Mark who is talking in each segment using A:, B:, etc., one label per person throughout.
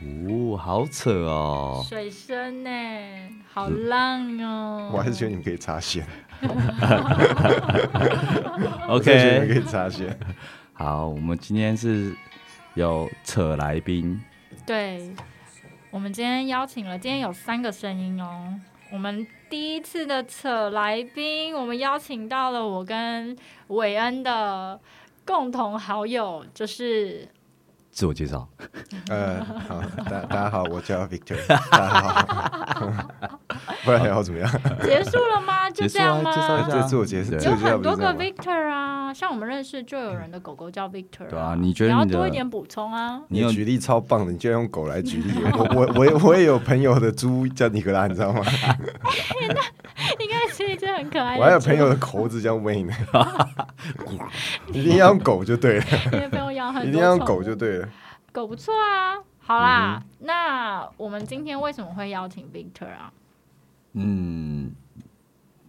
A: 哦，好扯哦！
B: 水深呢，好浪哦。
C: 我还是觉得你们可以插线我真的觉得
A: OK，
C: 你们可以插线。
A: 好，我们今天是有扯来宾，
B: 对，我们今天邀请了，今天有三个声音哦。我们第一次的扯来宾，我们邀请到了我跟韦恩的共同好友，就是
A: 自我介绍。
C: 呃，好，大大家好，我叫 Victor，大家好， 不然还要怎么样？
B: 结束了吗？ 就这样吗？
A: 结束了介绍一下
C: 这自我啊介绍，
A: 对
C: 自
B: 有
C: 我介绍
B: 很
C: 不
B: 多
C: 是这
B: 个
C: 样吗？
B: Victor 啊，像我们认识就有人的狗狗叫 Victor，、
A: 对啊你觉得
B: 要
A: 你的
B: 多一点补充啊？
A: 你
C: 你
A: 有
C: 举例超棒的，你居然用狗来举例。我我我也我也有朋友的猪叫尼格拉，你知道吗？
B: 应该是一只很可爱的猪。
C: 我还有朋友的猴子叫 Wayne，一定要用狗就对了，
B: 因为朋友养很多，
C: 一定要用狗就，对了。
B: 狗不错啊。好啦，那我们今天为什么会邀请 Victor 啊？
A: 嗯，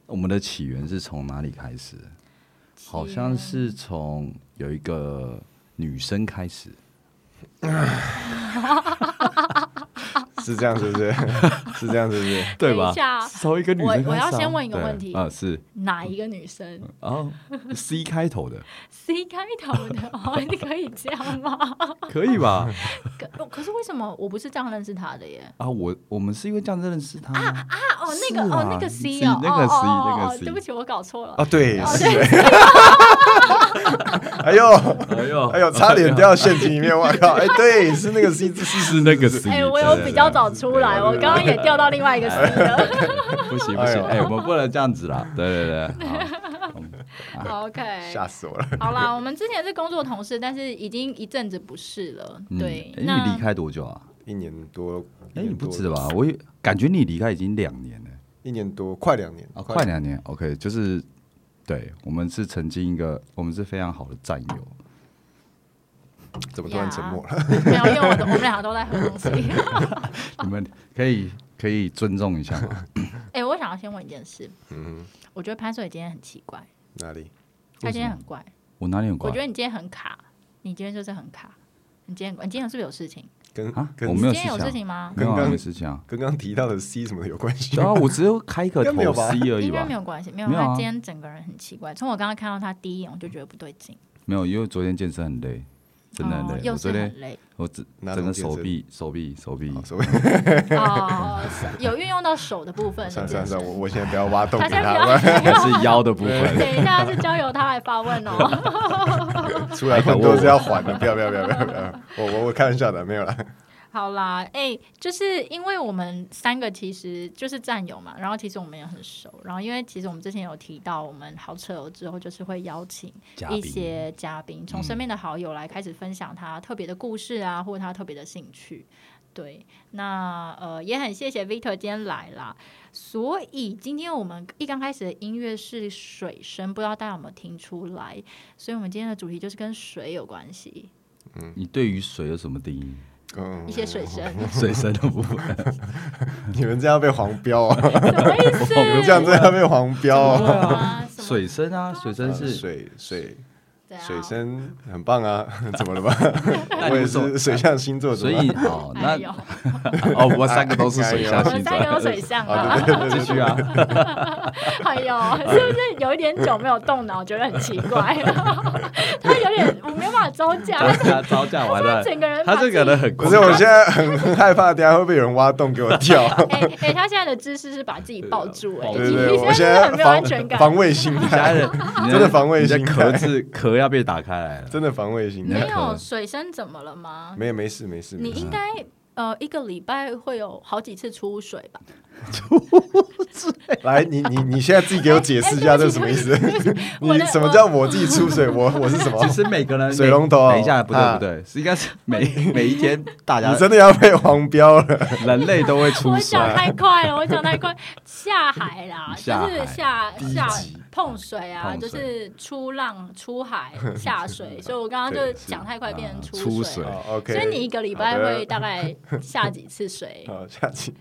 A: 我们的起源是从哪里开始？好像是从有一个女生开始。
C: 是这样是不是？是这样是不是？
A: 对
B: 等
A: 吧
B: 一下？
A: 从一个女
B: 我
A: 生开始啊、
B: 我要先问一个问题
A: 对啊、是
B: 哪一个女生
A: 哦，C 开头的，
B: C 开头的？哦，你可以这样吗？
A: 可以吧？
B: 可可是为什么我不是这样认识她的耶？
A: 啊，我我们是因为这样认识他啊啊
B: 啊，哦，那个哦，那个 C 哦，
A: 那个 C，
B: 哦哦
A: 那
B: 哦
A: 个
B: 哦
A: C，
B: 对不起，我搞错了。
C: 哦，对，
B: 哦
C: 是
B: 对
C: 欸哎呦，
A: 哎呦
C: 哎呦，差点掉陷阱里面，我靠！哎，对，是那个 C，是 是
A: 是那个 C，
B: 哎、我有比较早出来，
C: 对
B: 我刚刚也掉到另外一个 C 了。
A: 不行不
C: 哎
A: 行，
C: 呦
A: 哎、我们不能这样子 啦，对对对，好
B: OK，
C: 吓死我了。
B: 好啦，我们之前是工作同事，但是已经一阵子不是了。
A: 嗯
B: 对，
A: 哎、你
B: 那
A: 离开多久啊？
C: 一年多，
A: 哎、
C: 一
A: 你
C: 年
A: 不
C: 多
A: 止吧？我也感觉你离开已经两年了，
C: 一年多，快两年
A: 啊，快两年，OK，就是对我们是曾经一个，我们是非常好的战 友，
C: 怎么突然
B: 啊
C: 沉默了？
B: 没有，因为我的我们俩都在喝东西。
A: 你们可以可以尊重一下 吗？
B: 哎、我想要先问一件事，
C: 嗯，
B: 我觉得潘水今天很奇怪，
C: 哪里？
B: 他今天很怪，
A: 我哪里很
B: 我
A: 乖
B: 觉？得你今天很卡，你今天就是很卡，你今天很怪你今天是不是有事情？
C: 跟
A: 啊
C: 跟
A: 我没有
B: 你今天有
A: 事情啊
B: 事情吗？
A: 没有啊，
C: 刚
A: 没事情啊。
C: 跟刚提到的 C 什么的有关系
A: 对啊，
C: 吗？
A: 我只有开个
C: 应该没
A: 头
C: 有吧
A: C 而已
B: 应该
A: 吧
B: 没，有关系，没有。
A: 没有啊
B: 他今天整个人很奇怪，从我刚刚看到他第一眼，我就觉得不对劲，
A: 没有，因为昨天健身很累，真的
B: 哦
A: 很累。
B: 又
A: 我
B: 是
A: 昨天
B: 很累
A: 我只
C: 哪
A: 真
C: 种
A: 的
C: 健身
A: 手臂手臂手臂
C: 哦好，所谓
B: 哦，是有运用到手的部分的
C: 算了算
B: 健
C: 了
B: 身
C: 算了，我我现在不要挖洞
B: 大
C: 给
B: 家
C: 他
B: 不要
C: 了，
A: 还是腰的部分。
B: 等一下是交由他来发问哦。
C: 出
A: 哎
C: 来混都是要还的，不要不要不要不要不要！ 我我我开玩笑的，没有啦。
B: 好啦，哎、就是因为我们三个其实就是战友嘛，然后其实我们也很熟，然后因为其实我们之前有提到，我们好扯友哦之后就是会邀请
A: 嘉
B: 一
A: 宾
B: 些嘉宾，从身边的好友来开始分享他特别的故事啊，或者他特别的兴趣。对，那呃也很谢谢 Victor 今天来啦。所以今天我们一刚开始的音乐是水声，不知道大家有没有听出来？所以我们今天的主题就是跟水有关系，
A: 你对于水有什么定义？
C: 嗯
B: 一，些水声。
A: 水深的 部分。
C: 你们这样被黄标 啊！
B: 什么意思？
C: 你们这样真的要被黄标啊！
B: 啊，什 么
A: 水深啊，水深
C: 呃
A: 是
C: 水水
B: 对啊
C: 水声很棒啊， 怎么了吧？我也
A: 那你
C: 是 水象星座，
A: 所
C: 怎么
A: 以
C: 了
A: 好，哦那
B: 哎呦，哎
A: 哦，我们三个都是水
B: 我
A: 下
B: 们
A: 星
B: 三个有
A: 座。
B: 水象
C: 啊，
B: 啊！
C: 对对对
A: 继续啊，
B: 哎呦，是不是有一点久没有动脑，觉得很奇怪？ 他有点我没有办法招架，
A: 招
B: 他
A: 架招架完了
B: 他整个人，把
A: 他这
B: 自
A: 个
B: 己
A: 人很
C: 不是，我现在很很害怕，等一下会不会有人挖洞给我跳？
B: 哎哎，他现在的姿势是把自己抱住，哎，
A: 对
C: 对
B: 你
C: 对，我
B: 你
C: 现
B: 现在
C: 在
B: 很没有安全
C: 防
B: 感。
C: 防卫心
A: 家
C: 态，
A: 人
C: 真的防卫
A: 你的
C: 心
A: 壳
C: 态，
A: 子壳要被打开来了。
C: 真的防卫心
B: 没
C: 态。
B: 有水声怎么了吗？
C: 没有，没事，没事，
B: 你
C: 没事。
B: 应该呃一个礼拜会有好几次出水吧？
C: 来，你你你现在自己给我解释一下
B: 哎哎
C: 这是什么意思？ 你
B: 我的
C: 什么叫我自己出水？我我是什么
A: 其？实每个人
C: 水龙头
A: 等一下，不对
C: 啊
A: 不对，是应该是每每 一天大家
C: 你真的要被黄标了？
A: 人类都会出
B: 我
A: 手
B: 讲，太快了，我讲太快， 下海啦，就
A: 下
B: 是
A: 海
B: 下
C: 低
B: 下
C: 级
B: 碰水啊，
A: 碰
B: 就
A: 水
B: 是出浪、出 海、下水，所以我刚刚就
C: 对
B: 讲太快，变成
A: 啊
B: 出
A: 出
B: 水。
A: 水
C: 哦
B: 所
C: OK，
B: 以你一个礼拜
C: 好的？
B: 会大概下几次水
C: 好，下期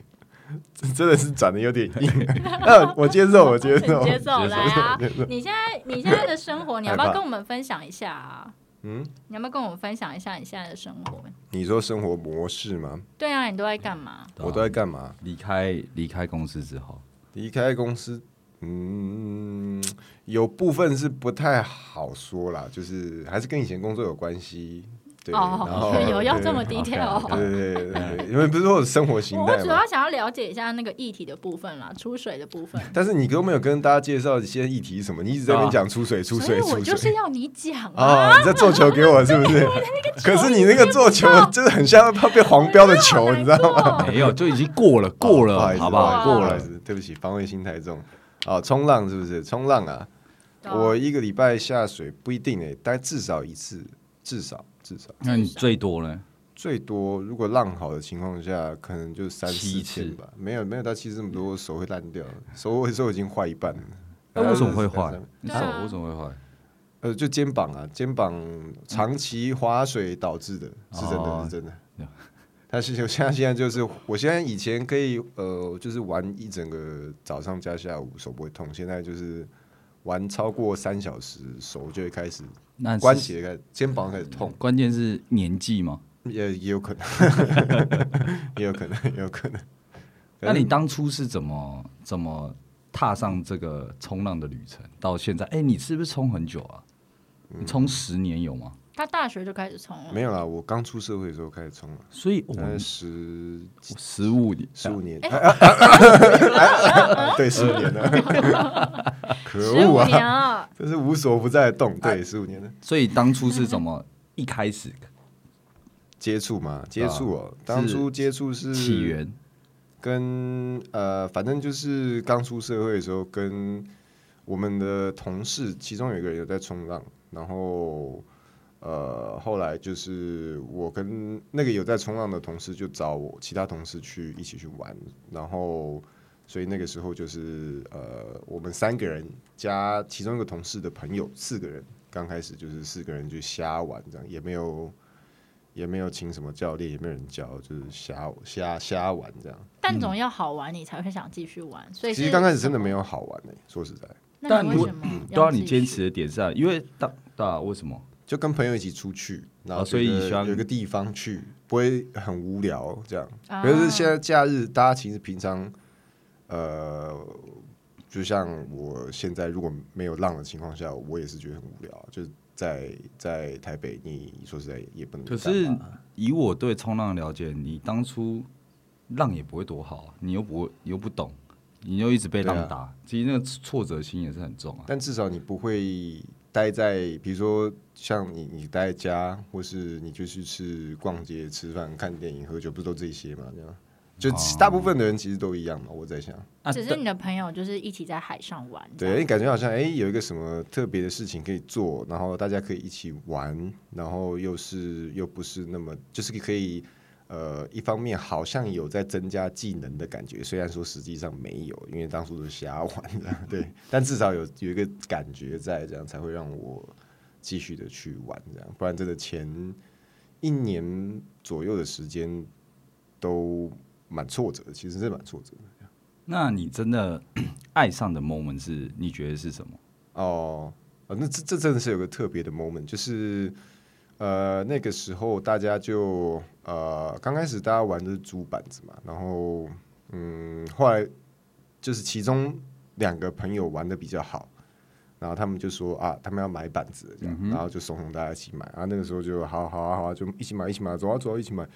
C: 真的是转的有点硬。 呃，我接受，我 接受
B: 你。接受来啊
C: 接受！
B: 你现在你现在的生活，你要不
C: 害
B: 要
C: 怕
B: 跟我们分享一下啊？嗯，你要不要跟我们分享一下你现在的生活？
C: 你说生活模式吗？
B: 对啊，你都在干嘛？
A: 对啊
C: 我都在干嘛？
A: 离开离开公司之后，
C: 离开公司，嗯，有部分是不太好说啦，就是还是跟以前工作有关系。对，然
B: 哦
C: 后，
B: 有要这么
C: 低？
B: detail 哦。
C: 对对对对，因为不是说我生活形
B: 我
C: 态
B: 我主
C: 嘛
B: 要。想要了解一下那个议题的部分啦，出水的部分。
C: 但是你都没有跟大家介绍一些议题是什么，你一直在那边讲出水出
B: 所
C: 水
B: 以我
C: 出
B: 就是
C: 水。
B: 要你讲 啊，
C: 哦，你在做球给我 是不是？可是你那个做球真的很像要被黄标的 球，你知道吗？ 哦
B: 吗？
A: 没有就已经过了过
C: 不好
A: 了，
C: 意思，
A: 好不
B: 不好
A: 好？
B: 意
A: 过
B: 思
A: 了
C: 意，思，对不起，防卫心太重。哦，冲浪是不是？冲浪啊，我一个礼拜下水不一定诶，但至少一次，至少至少
A: 那你最多呢？
C: 最多，如果浪好的情况下，可能就三四
A: 七
C: 天
A: 次嗯
C: 吧。没有没有到七次这么多，手会烂掉了，手我手已经坏一半了。
A: 哎那为什么会坏
C: 呃？
A: 你
B: 对
A: 手
B: 啊
A: 为什么会坏？
C: 呃，就肩膀啊，肩膀长期划水导致的，是真的，
A: 哦
C: 是真的。但是我现在现在就是，我现在以前可以呃，就是玩一整个早上加下午手不会痛，现在就是玩超过三小时，手就会开始
A: 那是
C: 关节开始肩膀开始痛，
A: 关键是年纪嘛。
C: 也也有可能， 也有可能， 也有可
B: 嗯
C: 能。
A: 那你当初是怎么怎么踏上这个冲浪的旅程？到现在，哎、你是不是冲很久啊？你冲十年有吗？
B: 他大学就开始从了。
C: 没有啦，我刚出社会的时候开始冲了，
A: 所以我
C: 大概
A: 们
C: 十
A: 呃十五年，
C: 十五年，
B: 哎
C: 啊 对，十五 年了，可
B: 十
C: 恶
B: 五
C: 啊！
B: 年啊了，
C: 这是无所不在的洞，对，十五年了。
A: 所以当初是怎么一开 始
C: 接触嘛，接触哦，当初接触是
A: 啊起源？
C: 跟呃，反正就是刚出社会的时候，跟我们的同事，其中有一个人有在冲浪，然后呃，后来就是我跟那个有在冲浪的同事就找我其他同事去一起去玩，然后所以那个时候就是呃，我们三个人加其中一个同事的朋友四个人，刚开始就是四个人就瞎玩，这样也没有。也没有请什么教练，也没有人教，就是瞎瞎瞎玩这样。
B: 但总要好玩，你才会想继续玩。所以
C: 嗯其实刚开始嗯真的没
B: 有。
C: 有好玩诶、欸说实在，
B: 那你
A: 但
B: 为
A: 如
B: 什么
A: 都要
B: 继续
A: 你坚持的点是啊，因为当对啊，为什么？
C: 就跟朋友一起出去，然后
A: 哦所以
C: 觉得
A: 喜欢
C: 有一个地方去，不会很无聊这样。
B: 啊
C: 可是现在假日，大家其实平常，呃，就像我现在如果没有浪的情况下，我也是觉得很无聊，啊就是在在台北，你说实在也不能
A: 可
C: 干嘛。
A: 是以我对冲浪的了解，你当初浪也不会多好啊，你又不你又不懂，你又一直被浪
C: 对啊
A: 打，其实那个挫折心也是很重啊。
C: 但至少你不会待在，比如说像你你待在家，或是你就去吃逛街、吃饭、看电影、喝酒，不是都这些嘛？这样，就
A: 哦
C: 大部分的人其实都一样嘛。我在想，
A: 啊
B: 只是你的朋友就是一起在海上玩。这
C: 对，
B: 样
C: 诶感觉好像哎、诶有一个什么特别的事情可以做，然后大家可以一起玩，然后又是又不是那么，就是可以。呃，一方面好像有在增加技能的感觉，虽然说实际上没有，因为当初都是瞎玩的， 对，但至少有有一个感觉在，这样才会让我继续的去玩，这样，不然真的前一年左右的时间都蛮挫折的，其实是蛮挫折的。
A: 那你真的 爱上的 moment 是你觉得是什么？
C: 哦，啊，那这这真的是有个特别的 moment，就是呃那个时候大家就呃刚开始大家玩的是租板子嘛，然后嗯后来就是其中两个朋友玩的比较好，然后他们就说啊他们要买板子这样，然后就怂恿大家一起买，然后那个时候就好啊好啊好啊就一起买一起买走啊走啊一起买，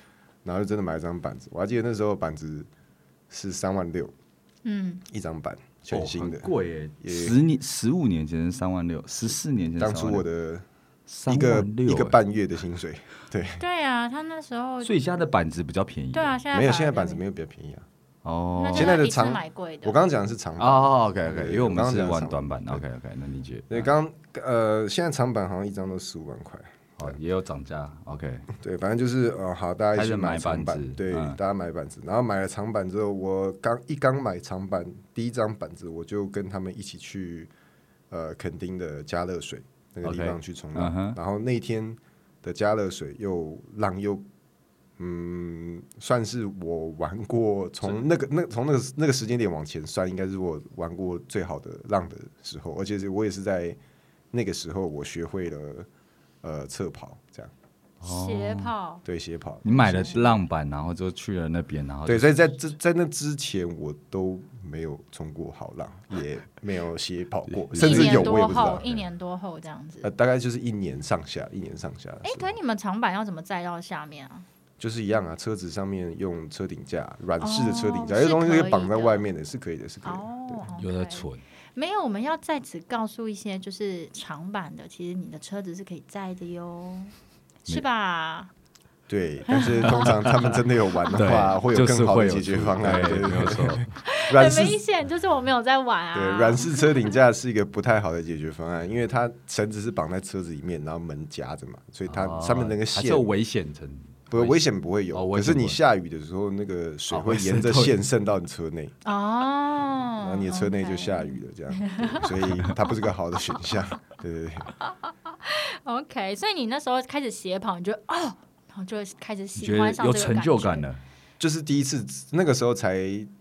C: 然后就真的买了张板子，我还记得那时候板子是三万六
B: 嗯，
C: 一张板，全新的。
A: 贵
C: 也
A: 十年十五年前三万六，十四年前
C: 当初我的一
A: 三
C: 个
A: 万六哎
C: 一个，半月的薪 水，对，
B: 对啊，他那时候
A: 所以现在的板子比较便宜。
B: 对啊，现在
C: 没有，
B: 反而
C: 现在板子
B: 就
C: 没有比较便宜啊。
B: 那
A: 哦
B: 就
C: 现在的
B: 一次
C: 长
B: 买贵的。
C: 我刚刚讲的是长板，
A: 哦，OK
C: 对
A: OK，因为我
C: 我
A: 们
C: 刚
A: 是
C: 刚
A: 玩
C: 讲
A: 短板，OK OK，那理解。
C: 对，刚呃，现在长板好像一张都十五万块，
A: 哦，也有涨价，OK，
C: 对，反正就是呃，好，大家一起买长
A: 开始买板子
C: 板，对，
A: 嗯
C: 大家买板子，然后买了长板之后，我刚一刚买长板，第一张板子我就跟他们一起去呃垦丁的加热水那个地
A: OK
C: 方去冲
A: 嗯
C: 浪
A: 哼
C: 然后那天的加热水又浪又。嗯，算是我玩过从那个那从那个那个时间点往前算，应该是我玩过最好的浪的时候，而且是我也是在那个时候我学会了呃侧跑这样，
A: 哦
B: 斜跑，
C: 对斜跑。
A: 你买了浪板，然后就去了那边，然后
C: 对，在在在在那之前我都没有冲过好浪，也没有斜跑 过，
A: 一
C: 甚
B: 一
C: 至有
B: 年
C: 我也
B: 多
C: 不知道
B: 后，。一年多后这样子。
C: 呃，大概就是一年上下，一年上下的
B: 哎、
C: 时候。
B: 可你们长板要怎么载到下面啊？
C: 就是一样啊，车子上面用车顶架，软式的车顶架，
B: 哦
C: 有些东西
B: 是可以
C: 可以绑在
B: 的
C: 外面的，是可以的，是可以的。
B: 哦，
A: 有的
B: OK
A: 蠢，
B: 没有，我们要在此告诉一些就是长板的，其实你的车子是可以载的哟，是吧？
C: 对，但是通常他们真的有玩 的话，会有
A: 就是
C: 更好的
A: 会有
C: 解决
A: 出
C: 方案。
A: 对
C: 对对
A: 没有
C: 对，
A: 错。
C: 软
B: 很
C: 式
B: 明显，就是我没有在玩啊。
C: 对软式车顶架是一个不太好的解决方案，因为它绳子是绑在车子里面，然后门夹着嘛，所以它
A: 哦
C: 上面那个
A: 还是
C: 线
A: 有危险层，
C: 不危险不会
A: 哦
C: 有，
A: 危险
C: 可是
A: 不会
C: 你下雨的时候，那个水
A: 哦
C: 会
A: 会
C: 沿着
A: 渗透
C: 线渗到你车内，
B: 哦，
C: 然后你的车内就
B: OK
C: 下雨了，这样， 对所以它不是个好的选项。对对对。
B: OK，所以你那时候开始斜跑，你就哦，然后就开始
A: 你
B: 喜
A: 觉
B: 欢
A: 得
B: 上
A: 有
B: 这个
A: 成就感
B: 觉。
A: 了，
C: 就是第一次那个时候才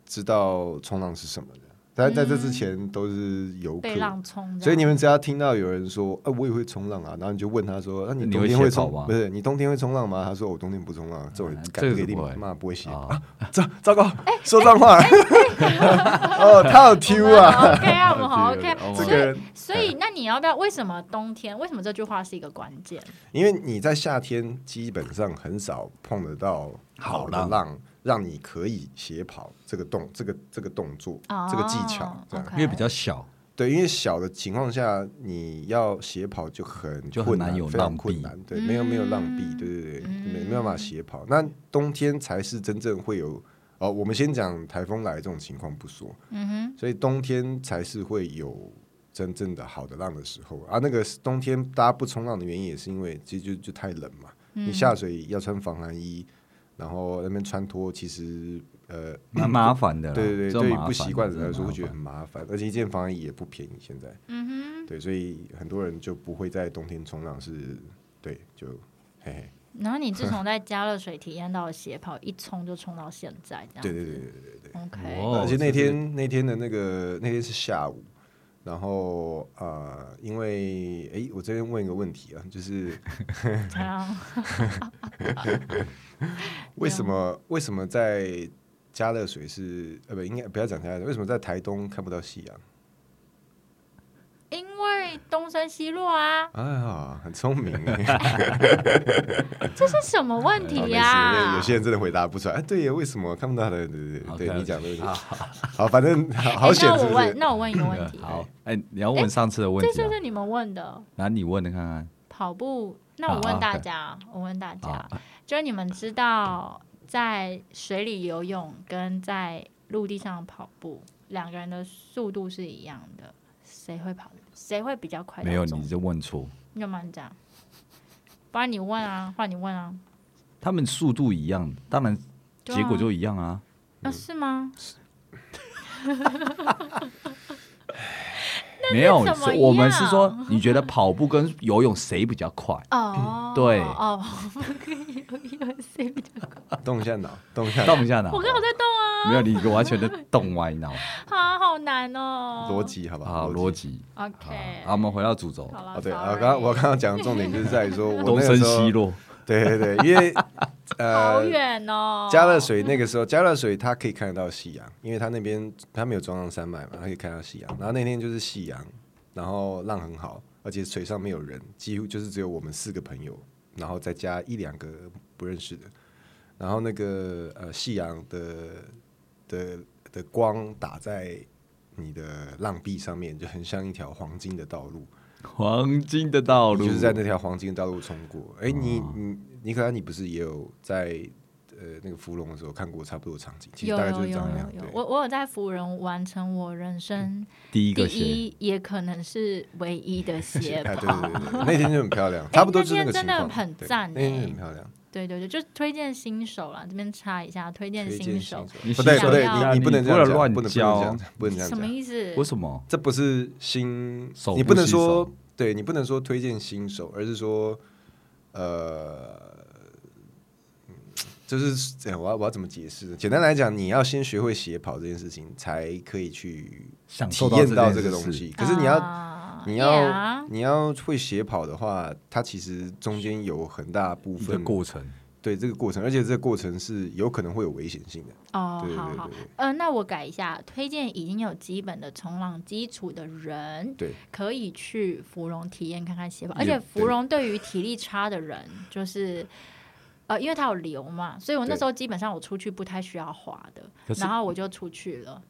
C: 知道冲浪是什么的，但在这之前都是游客
B: 嗯被。浪冲这样，
C: 所以你们只要听到有人说“呃，我也会冲浪啊”，然后你就问他说：“那、你
A: 你
C: 冬
A: 会
C: 天会
A: 斜跑
C: 冲
A: 吗
C: 不是你冬天会冲浪吗？”他说：“我冬天不冲浪。”啊这种人
A: 嗯
C: 干
A: 这
C: 这
A: 个
C: 个一
A: 是
C: 定
A: 不会
C: 骂不会写啊！
A: 啊，
B: 哦
C: 糟糟
B: 哎
C: 糕，说脏 话哦，他有 Q
B: 我们
C: 啊！
B: 好 OK 啊， 我们好
A: 对对对
B: OK。
A: 我们
C: 这
B: 所
C: 个
B: 以，
C: 人，哎
B: 所以那你要不要？为什么冬天？为什么这句话是一个关键？
C: 因为你在夏天基本上很少碰得到好的
A: 好浪
C: 浪，让你可以斜跑这个动这个这个动作、
B: 哦
C: 这个技巧这样。
B: ，OK
A: 因为比较小，
C: 对，因为小的情况下，你要斜跑就很
A: 就很
C: 困
A: 难
C: 难，
A: 有
C: 非常
A: 浪
C: 困
A: 壁
C: 难。对，没有没有浪壁，对对对，没没办法斜跑。那冬天才是真正会有哦。我们先讲台风来这种情况不说，
B: 嗯哼，
C: 所以冬天才是会有真正的好的浪的时候啊。那个冬天大家不冲浪的原因，也是因为其实就就太冷嘛。
B: 嗯
C: 你下水要穿防寒衣，然后那边穿脱，其实呃，
A: 蛮麻烦的啦。
C: 对对对，
A: 这
C: 对于
A: 麻烦
C: 不习惯的人来说，
A: 真
C: 会
A: 的
C: 觉得很麻烦，而且一件防寒衣也不便宜。现在，
B: 嗯
C: 对，所以很多人就不会在冬天冲浪，是，对，就嘿嘿，
B: 哼。然后你 自从在加热水体验到了斜跑，一冲就冲到现在，这样
C: 对对对对。
B: 对，OK。
A: 哦
C: 嗯而且
A: 这是
C: 那天那天的那个那天是下午，然后呃，因为诶，我这边问一个问题啊，就是
B: 这样，
C: 为什么为什么在加热水是呃不应该不要讲加热水，为什么在台东看不到夕阳？
B: 因为东升西落啊，
C: 啊，很聪明欸，
B: 这是什么问题
C: 啊好没事
B: 呀？
C: 有些人真的回答不出来。哎，对呀，为什么看不到的？对对对，对
A: OK，
C: 你讲的，好，反 正好
B: 哎
C: 好险
B: 那
C: 是
B: 我
C: 不
B: 问，
C: 是？
B: 那我问一个问题，
A: 好，哎，你要问上次的问
B: 这
A: 题啊
B: 就，是你们问的。
A: 那你问的看看。
B: 跑步，那我
A: 啊
B: 问大
A: OK
B: 家，我问大家，
A: 啊
B: 就是你们知道在水里游泳跟在陆地上跑步，两个人的速度是一样的，谁会跑？谁会比较快到终
A: 没
B: 点？
A: 有，你就问错。
B: 你干嘛这样？不然你问啊，不然你问啊，
A: 他们速度一样，当然
B: 对啊
A: 结果就一样啊。
B: 啊是吗？
A: 没有，
B: 怎么
A: 是
B: 一样
A: 我们是说，你觉得跑步跟游泳谁比较 快？
B: 哦，
C: 嗯
A: 对
B: 哦， 我跟你有有谁比较？
C: 动一下脑，动一下脑，
A: 动一下脑啊
B: 我，刚好在动
A: 没有，你一个完全的动歪脑。
B: 啊，啊好难哦，
C: 逻辑好不
A: 好，逻。辑。好，
B: ，OK，
A: 好我们回到主轴，
B: 好了，
C: 啊，对啊，
B: sorry
C: 刚刚我刚刚讲的重点就是在于说，我
A: 东
C: 那个
A: 升
C: 时候
A: 西，落，
C: 对对对，因为
B: 好
C: 呃，
B: 远哦，
C: 加热水那个时候，加热水它可以看得到夕阳，因为它那边它没有中央山脉嘛，它可以看到夕阳。然后那天就是夕阳，然后浪很好，而且水上没有人，几乎就是只有我们四个朋友，然后再加一两个不认识的。然后那个呃夕阳的的的光打在你的浪壁上面，就很像一条黄金的道路。
A: 黄金的道路哦
C: 你就是在那条黄金道路冲过。哎、你你你可能你不是也有在呃那个芙蓉的时候看过差不多的场景？其实
B: 有
C: 大概
B: 有
C: 就是
B: 有
C: 长那样。嗯
B: 有有，
C: 对，
B: 我我有在辅仁完成我人生
A: 第一
B: 第
A: 个鞋，
B: 一，也可能是唯一的斜
C: 哎，对
B: 跑。
C: 对对 对，那天就很漂亮，差不多就是那个
B: 哎那天
C: 情
B: 真的
C: 况。
B: 很
C: 对
B: 赞
C: 那天
B: 哎
C: 很漂亮。
B: 对对对，就推荐新手啦，这边插一下，推荐
C: 推
B: 新
C: 荐新
B: 手
C: 手
A: 你
C: 不对
B: 想
C: 不对，
B: 要
C: 你不能这
A: 你
C: 样
A: 不能
C: 讲，
A: 乱
C: 不能不能这
A: 教
C: 样讲，不能这样
B: 什么
C: 讲。
B: 意思？
A: 为什么？
C: 这不是新
A: 手，
C: 你
A: 部
C: 不能
A: 新手
C: 说对你不能说推荐新手，而是说呃。就是、哎我要我要怎么解释呢？简单来讲，你要先学会斜跑这件事情，才可以去
A: 享
C: 体
A: 受到
C: 验到
A: 这
C: 这
A: 件
C: 个
A: 事
C: 东西。可是你要
B: 啊
C: 你要
B: yeah
C: 你要会斜跑的话，它其实中间有很大部
D: 一个
C: 分
D: 过程。
C: 对这个过程，而且这个过程是有可能会有危险性的。
B: 哦
C: 对，对
B: 好
C: 对
B: 好，
C: 对
B: 呃，那我改一下，推荐已经有基本的冲浪基础的人，
C: 对，
B: 可以去芙蓉体验看看斜跑，而
C: 也
B: 且芙
C: 对
B: 蓉对于体力差的人，就是呃，因为它有流嘛，所以我那
C: 对
B: 时候基本上我出去不太需要滑的
D: 可，是
B: 然后我就出去了，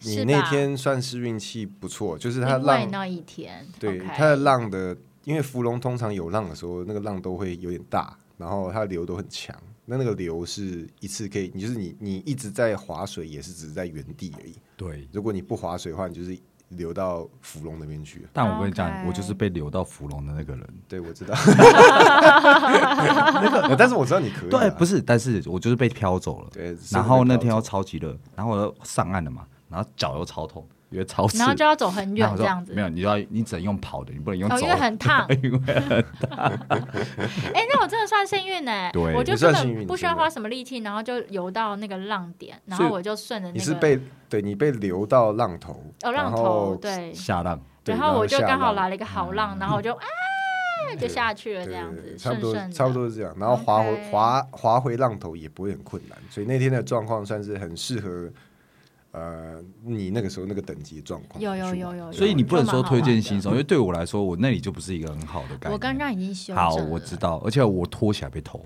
C: 你
B: 是
C: 那
B: 吧？
C: 天算是运气不错，就是它
B: 另外
C: 浪，
B: 那一天，
C: 对
B: OK
C: 它的浪的，因为芙蓉通常有浪的时候，那个浪都会有点大，然后它的流都很强。那那个流是一次可以，你就是你你一直在划水，也是只是在原地而已。
D: 对，
C: 如果你不划水的话，你就是流到芙蓉那边去了。
A: 但我跟你讲
B: OK
A: 我就是被流到芙蓉的那个人。
C: 对，我 知道。但是我知道你可以、啊。
A: 对，不
C: 是。
A: 是，但是我就是被飘走了。
C: 对。
A: 然后那天又超级热，然后我又上岸了嘛，然后脚又超痛，因为超刺。
B: 然后就要走
A: 然后
B: 很
A: 我
B: 远这
A: 说
B: 样子，
A: 没有，你就要你只能用跑的，你不能用
B: 哦，
A: 走
B: 因为
A: 的。
B: 很烫，
A: 因为
B: 哎、那我真的算幸运呢、
A: 对
B: 我就
C: 你算
B: 根
C: 幸
B: 本
C: 运
B: 不需要
C: 真的
B: 花什么力气，然后就游到那个浪点，然
C: 所
B: 后
C: 以
B: 我就顺着那个
C: 你是被对你被流到浪头，
B: 哦
C: 然
B: 浪头
C: 后
B: 对，
A: 下浪，
C: 对
B: 然
C: 然
B: 后
C: 后
B: 我就
C: 下
B: 刚好
C: 浪嗯
B: 来了一个好浪，然后我 就啊就下去了
C: 对
B: 这样
C: 对
B: 子，
C: 差
B: 顺
C: 不多
B: 顺的
C: 差不多是这样。然后滑回
B: OK
C: 滑滑回浪头也不会很困难，所以那天的状况算是很适合。呃，你那个时候那个等级的状况去
B: 有
C: 玩，
B: 有有有有
A: 所以你不能说推荐新
B: 就
A: 手，
B: 蛮好
A: 因为对我来说，我那里就不是一个很好的概念。
B: 我刚刚已经修正了
A: 好，我知道，而且我拖起来被偷，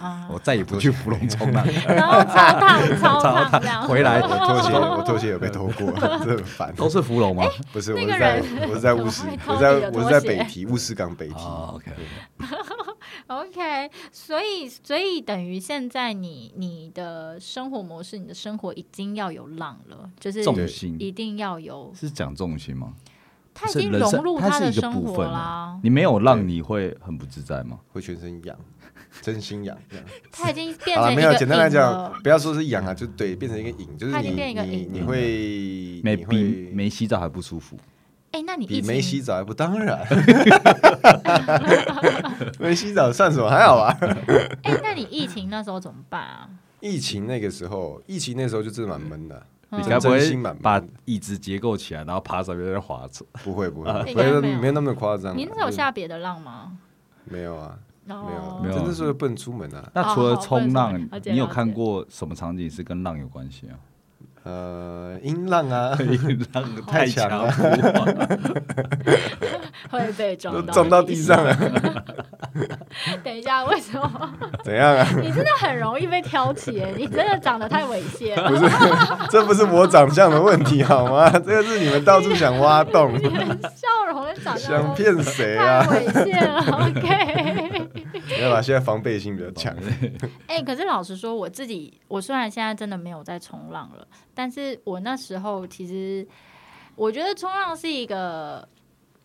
B: 啊，
A: 我再也不去芙蓉冲浪，
B: 然后 超烫超烫这样，
A: 回来
C: 我拖 鞋，我拖鞋有被偷过， 这很烦。
A: 都是芙蓉吗？
C: 不是，我
B: 那
C: 是
B: 个
C: 在
B: 人
C: 我 是在乌石
B: 怎么会，偷
C: 我
B: 你
C: 在
B: 的
C: 我
B: 拖
C: 是在
B: 鞋
C: 北堤乌石港北堤。
A: 啊，OK，
B: OK，所以所以等于现在你你的生活模式，你的生活已经要有浪了，就是
A: 重心
B: 一定要有，
A: 是讲重心吗？
B: 他已
A: 是
B: 经
A: 人
B: 融
A: 生
B: 入
A: 它
B: 他
A: 是
B: 的
A: 一个
B: 生
A: 部
B: 活
A: 分啊
B: 啦。
A: 你没有
C: 对
A: 浪，你会很不自在吗？
C: 会全身痒，真心痒。这样
B: 他已经变
C: 好
B: 成
C: 了，
B: 一
C: 没
B: 个
C: 有，简单来
B: 瘾
C: 讲
B: 了，
C: 不要说是痒啊，就对，变成一个瘾，就是
B: 它已
C: 你
B: 经变一个
C: 你
B: 瘾
C: 你
B: 了
C: 会
A: 没
C: 你
A: 比
C: 会
A: 没洗澡还不舒服。
B: 哎、那你疫
C: 比
B: 情
C: 没洗澡还不 当然，没洗澡算什么？还好吧。
B: 哎、那你疫情那时候怎么办啊？
C: 疫情那个时候，疫情那时候就真的蛮闷的，
A: 你
B: 嗯
A: 该不会
C: 真心满满
A: 把椅子结构起来，然后爬上面在那划 着？
B: 哦
C: 不会不会，
B: 啊应
C: 没
B: 该
C: 有
B: 没有
C: 没有那么夸张啊。
B: 你那时候有
C: 就是
B: 下别的浪吗？哦
C: 没有啊？
B: 然
C: 没有
B: 后
C: 啊，
A: 没有
C: 真的是不能出门啊。
A: 那除了冲
B: 好不
A: 浪
B: 能说了，解
A: 你有
B: 了解
A: 看过什么场景是跟浪有关系 啊？
C: 呃，音浪 啊，
A: 浪
C: 太强了
B: 啊
A: 了，
B: 会被
C: 都
B: 撞到
C: 撞到地上。啊了，
B: 等一下，为什么
C: 怎样啊？
B: 你真的很容易被挑起耶？你真的长得太猥亵了。
C: 这不是我长相的问题好 吗？这个是你们到处想挖洞，
B: 你的笑容跟长相
C: 想
B: 都
C: 骗谁
B: 太
C: 啊？
B: 猥亵了。OK，
C: 没有吧？现在防备心比较强。
B: 哎、可是老实说，我自己，我虽然现在真的没有在冲浪了，但是我那时候其实，我觉得冲浪是一个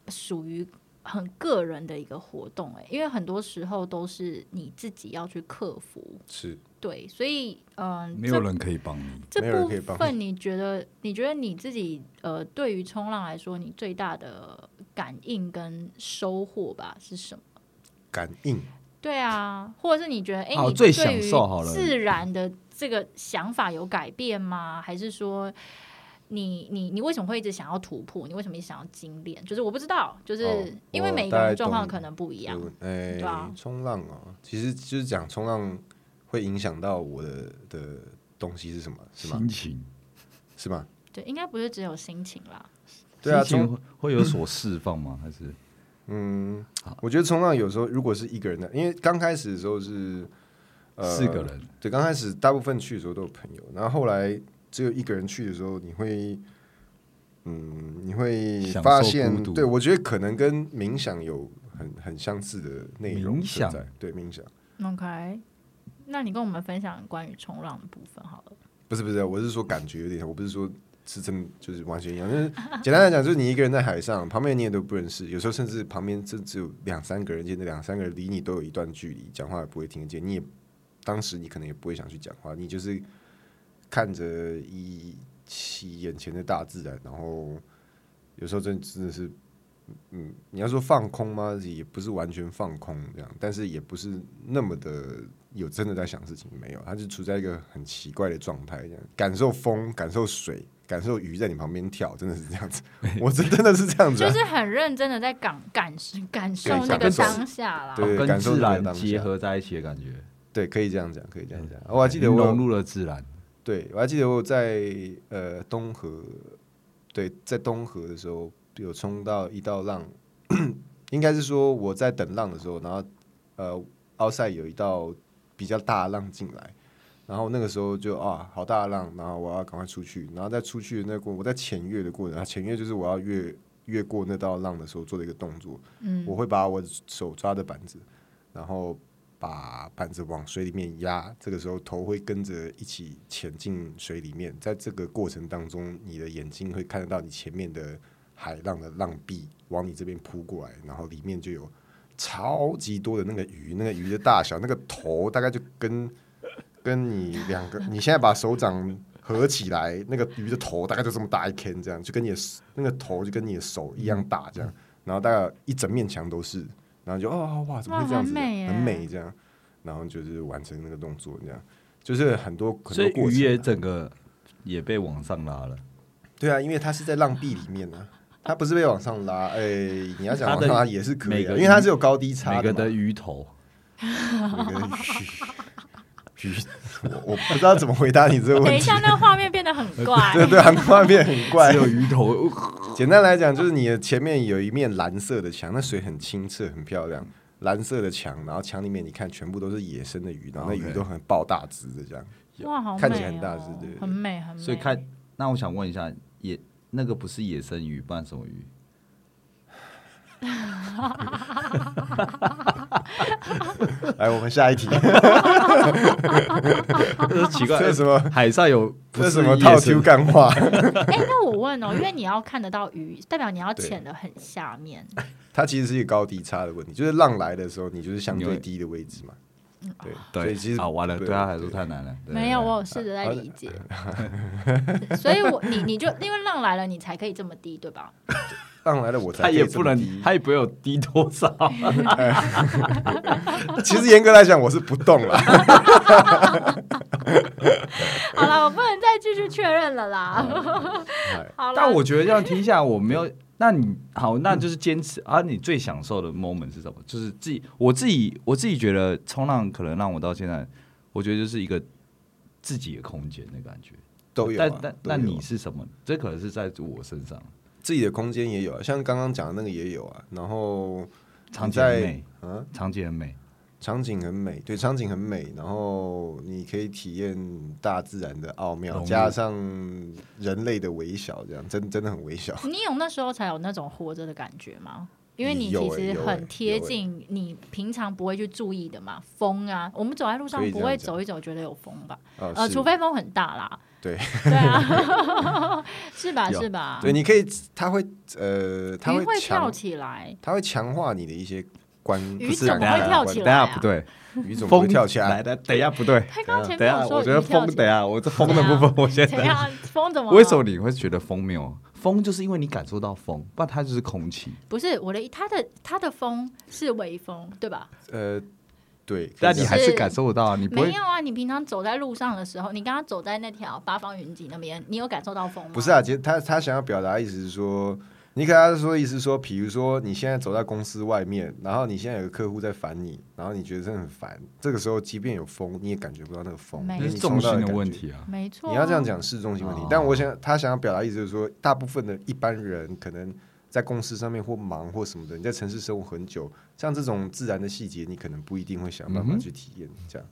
B: 属于很个人的一个活动、哎，因为很多时候都是你自己要去克服，
C: 是，
B: 对，所以嗯，
D: 没有人可以帮你。
B: 这
C: 没有人可以
B: 这部
C: 帮
B: 分你觉得，你觉得你自己呃，对于冲浪来说，你最大的感应跟收获吧是什么？
C: 感应。
B: 对啊，或者是你觉得，哎、
A: 好
B: 你
A: 最
B: 对
A: 享
B: 于
A: 受好了
B: 自然的这个想法有改变吗？还是说你你你为什么会一直想要突破？你为什么一直想要精炼？就是我不知道，就是
C: 哦
B: 因为
C: 我
B: 每个
C: 大概
B: 人状况
C: 懂
B: 可能不一样。
C: 哎、
B: 啊
C: 冲浪哦，其实就是讲冲浪会影响到我的的东西是什么？是吗？
A: 心情
C: 是吗？
B: 对，应该不是只有心情啦。
C: 对啊，
A: 心情
C: 冲
A: 会会有所释放吗？还是
C: 嗯，我觉得冲浪有时候如果是一个人的，因为刚开始的时候是呃
A: 四个，人？
C: 对，刚开始大部分去的时候都有朋友，然后后来只有一个人去的时候，你会。嗯，你会
A: 享
C: 发
A: 受
C: 现
A: 孤，独
C: 对我觉得可能跟冥想有很很相似的内容
A: 冥
C: 存
A: 想
C: 在。对冥想，
B: OK，那你跟我们分享关于冲浪的部分好了。
C: 不是不是，我是说感觉有点像，我不是说是真的就是完全一样，就是简单来讲，就是你一个人在海上，旁边你也都不认识，有时候甚至旁边这只有两三个人，而且那两三个人离你都有一段距离，讲话也不会听得见，你也当时你可能也不会想去讲话，你就是看着一起眼前的大自然，然后有时候真真的是嗯，你要说放空吗？也不是完全放空这样，但是也不是那么的有真的在想事情，没有，他就处在一个很奇怪的状态，这样感受风，感受水，感受鱼在你旁边跳，真的是这样子，我真真的是这样子、
B: 就
C: 啊，
B: 是很认真的在感感感受
C: 感
B: 那个
C: 受
B: 当下啦。
C: 对
A: 哦跟
C: 感受
A: 自
C: 那个
A: 然
C: 当下
A: 结合在一起的感觉。
C: 对，可以这样讲，可以这样讲。我还记得我
A: 融入了自然，
C: 对，我还记得我在呃东河，对，在东河的时候有冲到一道浪， 应该是说我在等浪的时候，然后呃奥赛有一道比较大的浪进来，然后那个时候就啊好大的浪，然后我要赶快出去，然后在出去的那过，我在潜跃的过程，潜跃就是我要越越过那道浪的时候做的一个动作，
B: 嗯，
C: 我会把我手抓着板子，然后把板子往水里面压，这个时候头会跟着一起潜进水里面。在这个过程当中，你的眼睛会看得到你前面的海浪的浪壁往你这边扑过来，然后里面就有超级多的那个鱼，那个鱼的大小，那个头大概就跟 跟你两个，你现在把手掌。合起来，那个鱼的头大概就这么大一坑，这样就跟你的那个头就跟你的手一样大，
B: 嗯
C: 这样。然后大概一整面墙都是，然后就哦哇，怎么会这样子？
B: 哇很美耶
C: 这样，然后就是完成那个动作，这样就是很多很
A: 所
C: 多
A: 以
C: 过
A: 鱼
C: 程
A: 也
C: 啊、
A: 整个也被往上拉了。
C: 对啊，因为它是在浪壁里面呢、啊，它不是被往上拉，哎、你要想
A: 它
C: 往
A: 的
C: 上拉也是可
A: 每
C: 以、啊，
A: 个
C: 因为它是有高低差
A: 每个
C: 嘛
A: 的鱼 头，
C: 每个的鱼鱼，我我不知道怎么回答你这个问
B: 等一
C: 题。
B: 下，那画面变得很怪。
C: 对对，很画面很怪
A: 只。有鱼 头，呃
C: 简单来讲，就是你的前面有一面蓝色的墙，那水很清澈，很漂亮。蓝色的墙，然后墙里面你看全部都是野生的鱼，然后那
A: OK
C: 鱼都很爆大只的这样。
B: 哇，好美、哦，
C: 看起来很大只对对对
B: 很美很美。
A: 所以看那我想问一下，野那个不是野生鱼，不然什么鱼？
C: 来，我们下一题，
A: 奇 怪，
C: 这是什么？
A: 海上有不
C: 这是
A: 是
C: 什么
A: 野
C: 套
A: 生
C: Q 干话？
B: 哎、那我问哦，因为你要看得到鱼，代表你要
C: 对
B: 潜的很下面。
C: 它其实是一个高低差的问题，就是浪来的时候，你就是相
A: 你
C: 对
A: 会
C: 低的位置嘛。对，所
A: 对，
C: 以其实
A: 啊，完了，
C: 对
A: 对他来说太难了。对
B: 没有，我有试着在理解。所以我你你就因为浪来了，你才可以这么低，对 吧？
C: 浪来了我才
A: 他
C: 可以
A: 也
C: 这
A: 不
C: 么
A: 能
C: 低，
A: 他也不会有低多少。
C: 其实严格来讲，我是不动了。
B: 好了，我不能再继续确认了啦。
C: 哎
B: 好了，
A: 但我觉得这样听下来，我没 有。那你好，那就是坚持啊！你最享受的 moment 是什么？就是自己，我自己，我自己觉得冲浪可能让我到现在，我觉得就是一个自己的空间的感觉。
C: 都有啊、
A: 但
C: 都有啊，
A: 但那你是什么？这可能是在我身上，
C: 自己的空间也有啊，像刚刚讲的那个也有啊。然后
A: 场
C: 你
A: 景很
C: 在
A: 美，
C: 嗯，
A: 场景很美。
C: 场景很美，对，场景很美，然后你可以体验大自然的奥妙，
A: 融入
C: 加上人类的微小，这样真真的很微小。
B: 你有那时候才有那种活着的感觉吗？因为你其
C: 有欸
B: 实
C: 有欸
B: 很贴
C: 有欸
B: 近你平常不会去注意的嘛，风啊，我们走在路上
C: 可以这
B: 不
C: 样
B: 会
C: 讲
B: 走一走觉得有风吧？
C: 啊
B: 呃，
C: 是
B: 除非风很大啦。
C: 对
B: 对啊， 是吧？
A: 有
B: 是吧？
C: 对，你可以，它会呃，它
B: 啊鱼会跳
C: 强，
B: 起来，
C: 它会强化你的一些观，
B: 鱼
C: 不是
B: 怎么
C: 观
B: 会
C: 察
B: 跳
C: 观
B: 起
A: 等
B: 来啊
A: 下不对，
C: 鱼怎么
A: 风
C: 会跳起
A: 来
C: 来？
A: 的，等一下不对，
B: 他刚前
A: 等一
B: 跟我
A: 下，
B: 说
A: 我觉得
B: 鱼跳
A: 风，
B: 起
A: 等一
B: 来，
A: 下，我这风的部分，我现
B: 怎
A: 在
B: 样？风怎么了？
A: 为什么你会觉得风没有风？就是因为你感受到风，不然它就是空气。
B: 不是我的意，它的它的风是微风，对吧？
C: 呃，对，可以
A: 但
C: 这
A: 你
C: 样
A: 还是感受得到啊，你不
B: 没
A: 会
B: 有啊，你平常走在路上的时候，你刚刚走在那条八方云集那边，你有感受到风吗？
C: 不是啊，，其实他他想要表达的意思是说，你给他说的意思是说，比如说你现在走在公司外面，然后你现在有个客户在烦你，然后你觉得真的很烦，这个时候即便有风，你也感觉不到那个风，
B: 没
C: 因
A: 那
C: 为
A: 是
C: 你
A: 重
C: 抽到
A: 心的
C: 感
A: 问
C: 觉。
A: 题啊。
B: 没错啊。
C: 你要这样讲是重心问题，
A: 哦
C: 但我想他想要表达意思就是说，大部分的一般人可能在公司上面或忙或什么的，你在城市生活很久，像这种自然的细节，你可能不一定会想办
A: 嗯
C: 法
A: 哼
C: 去体验，这样，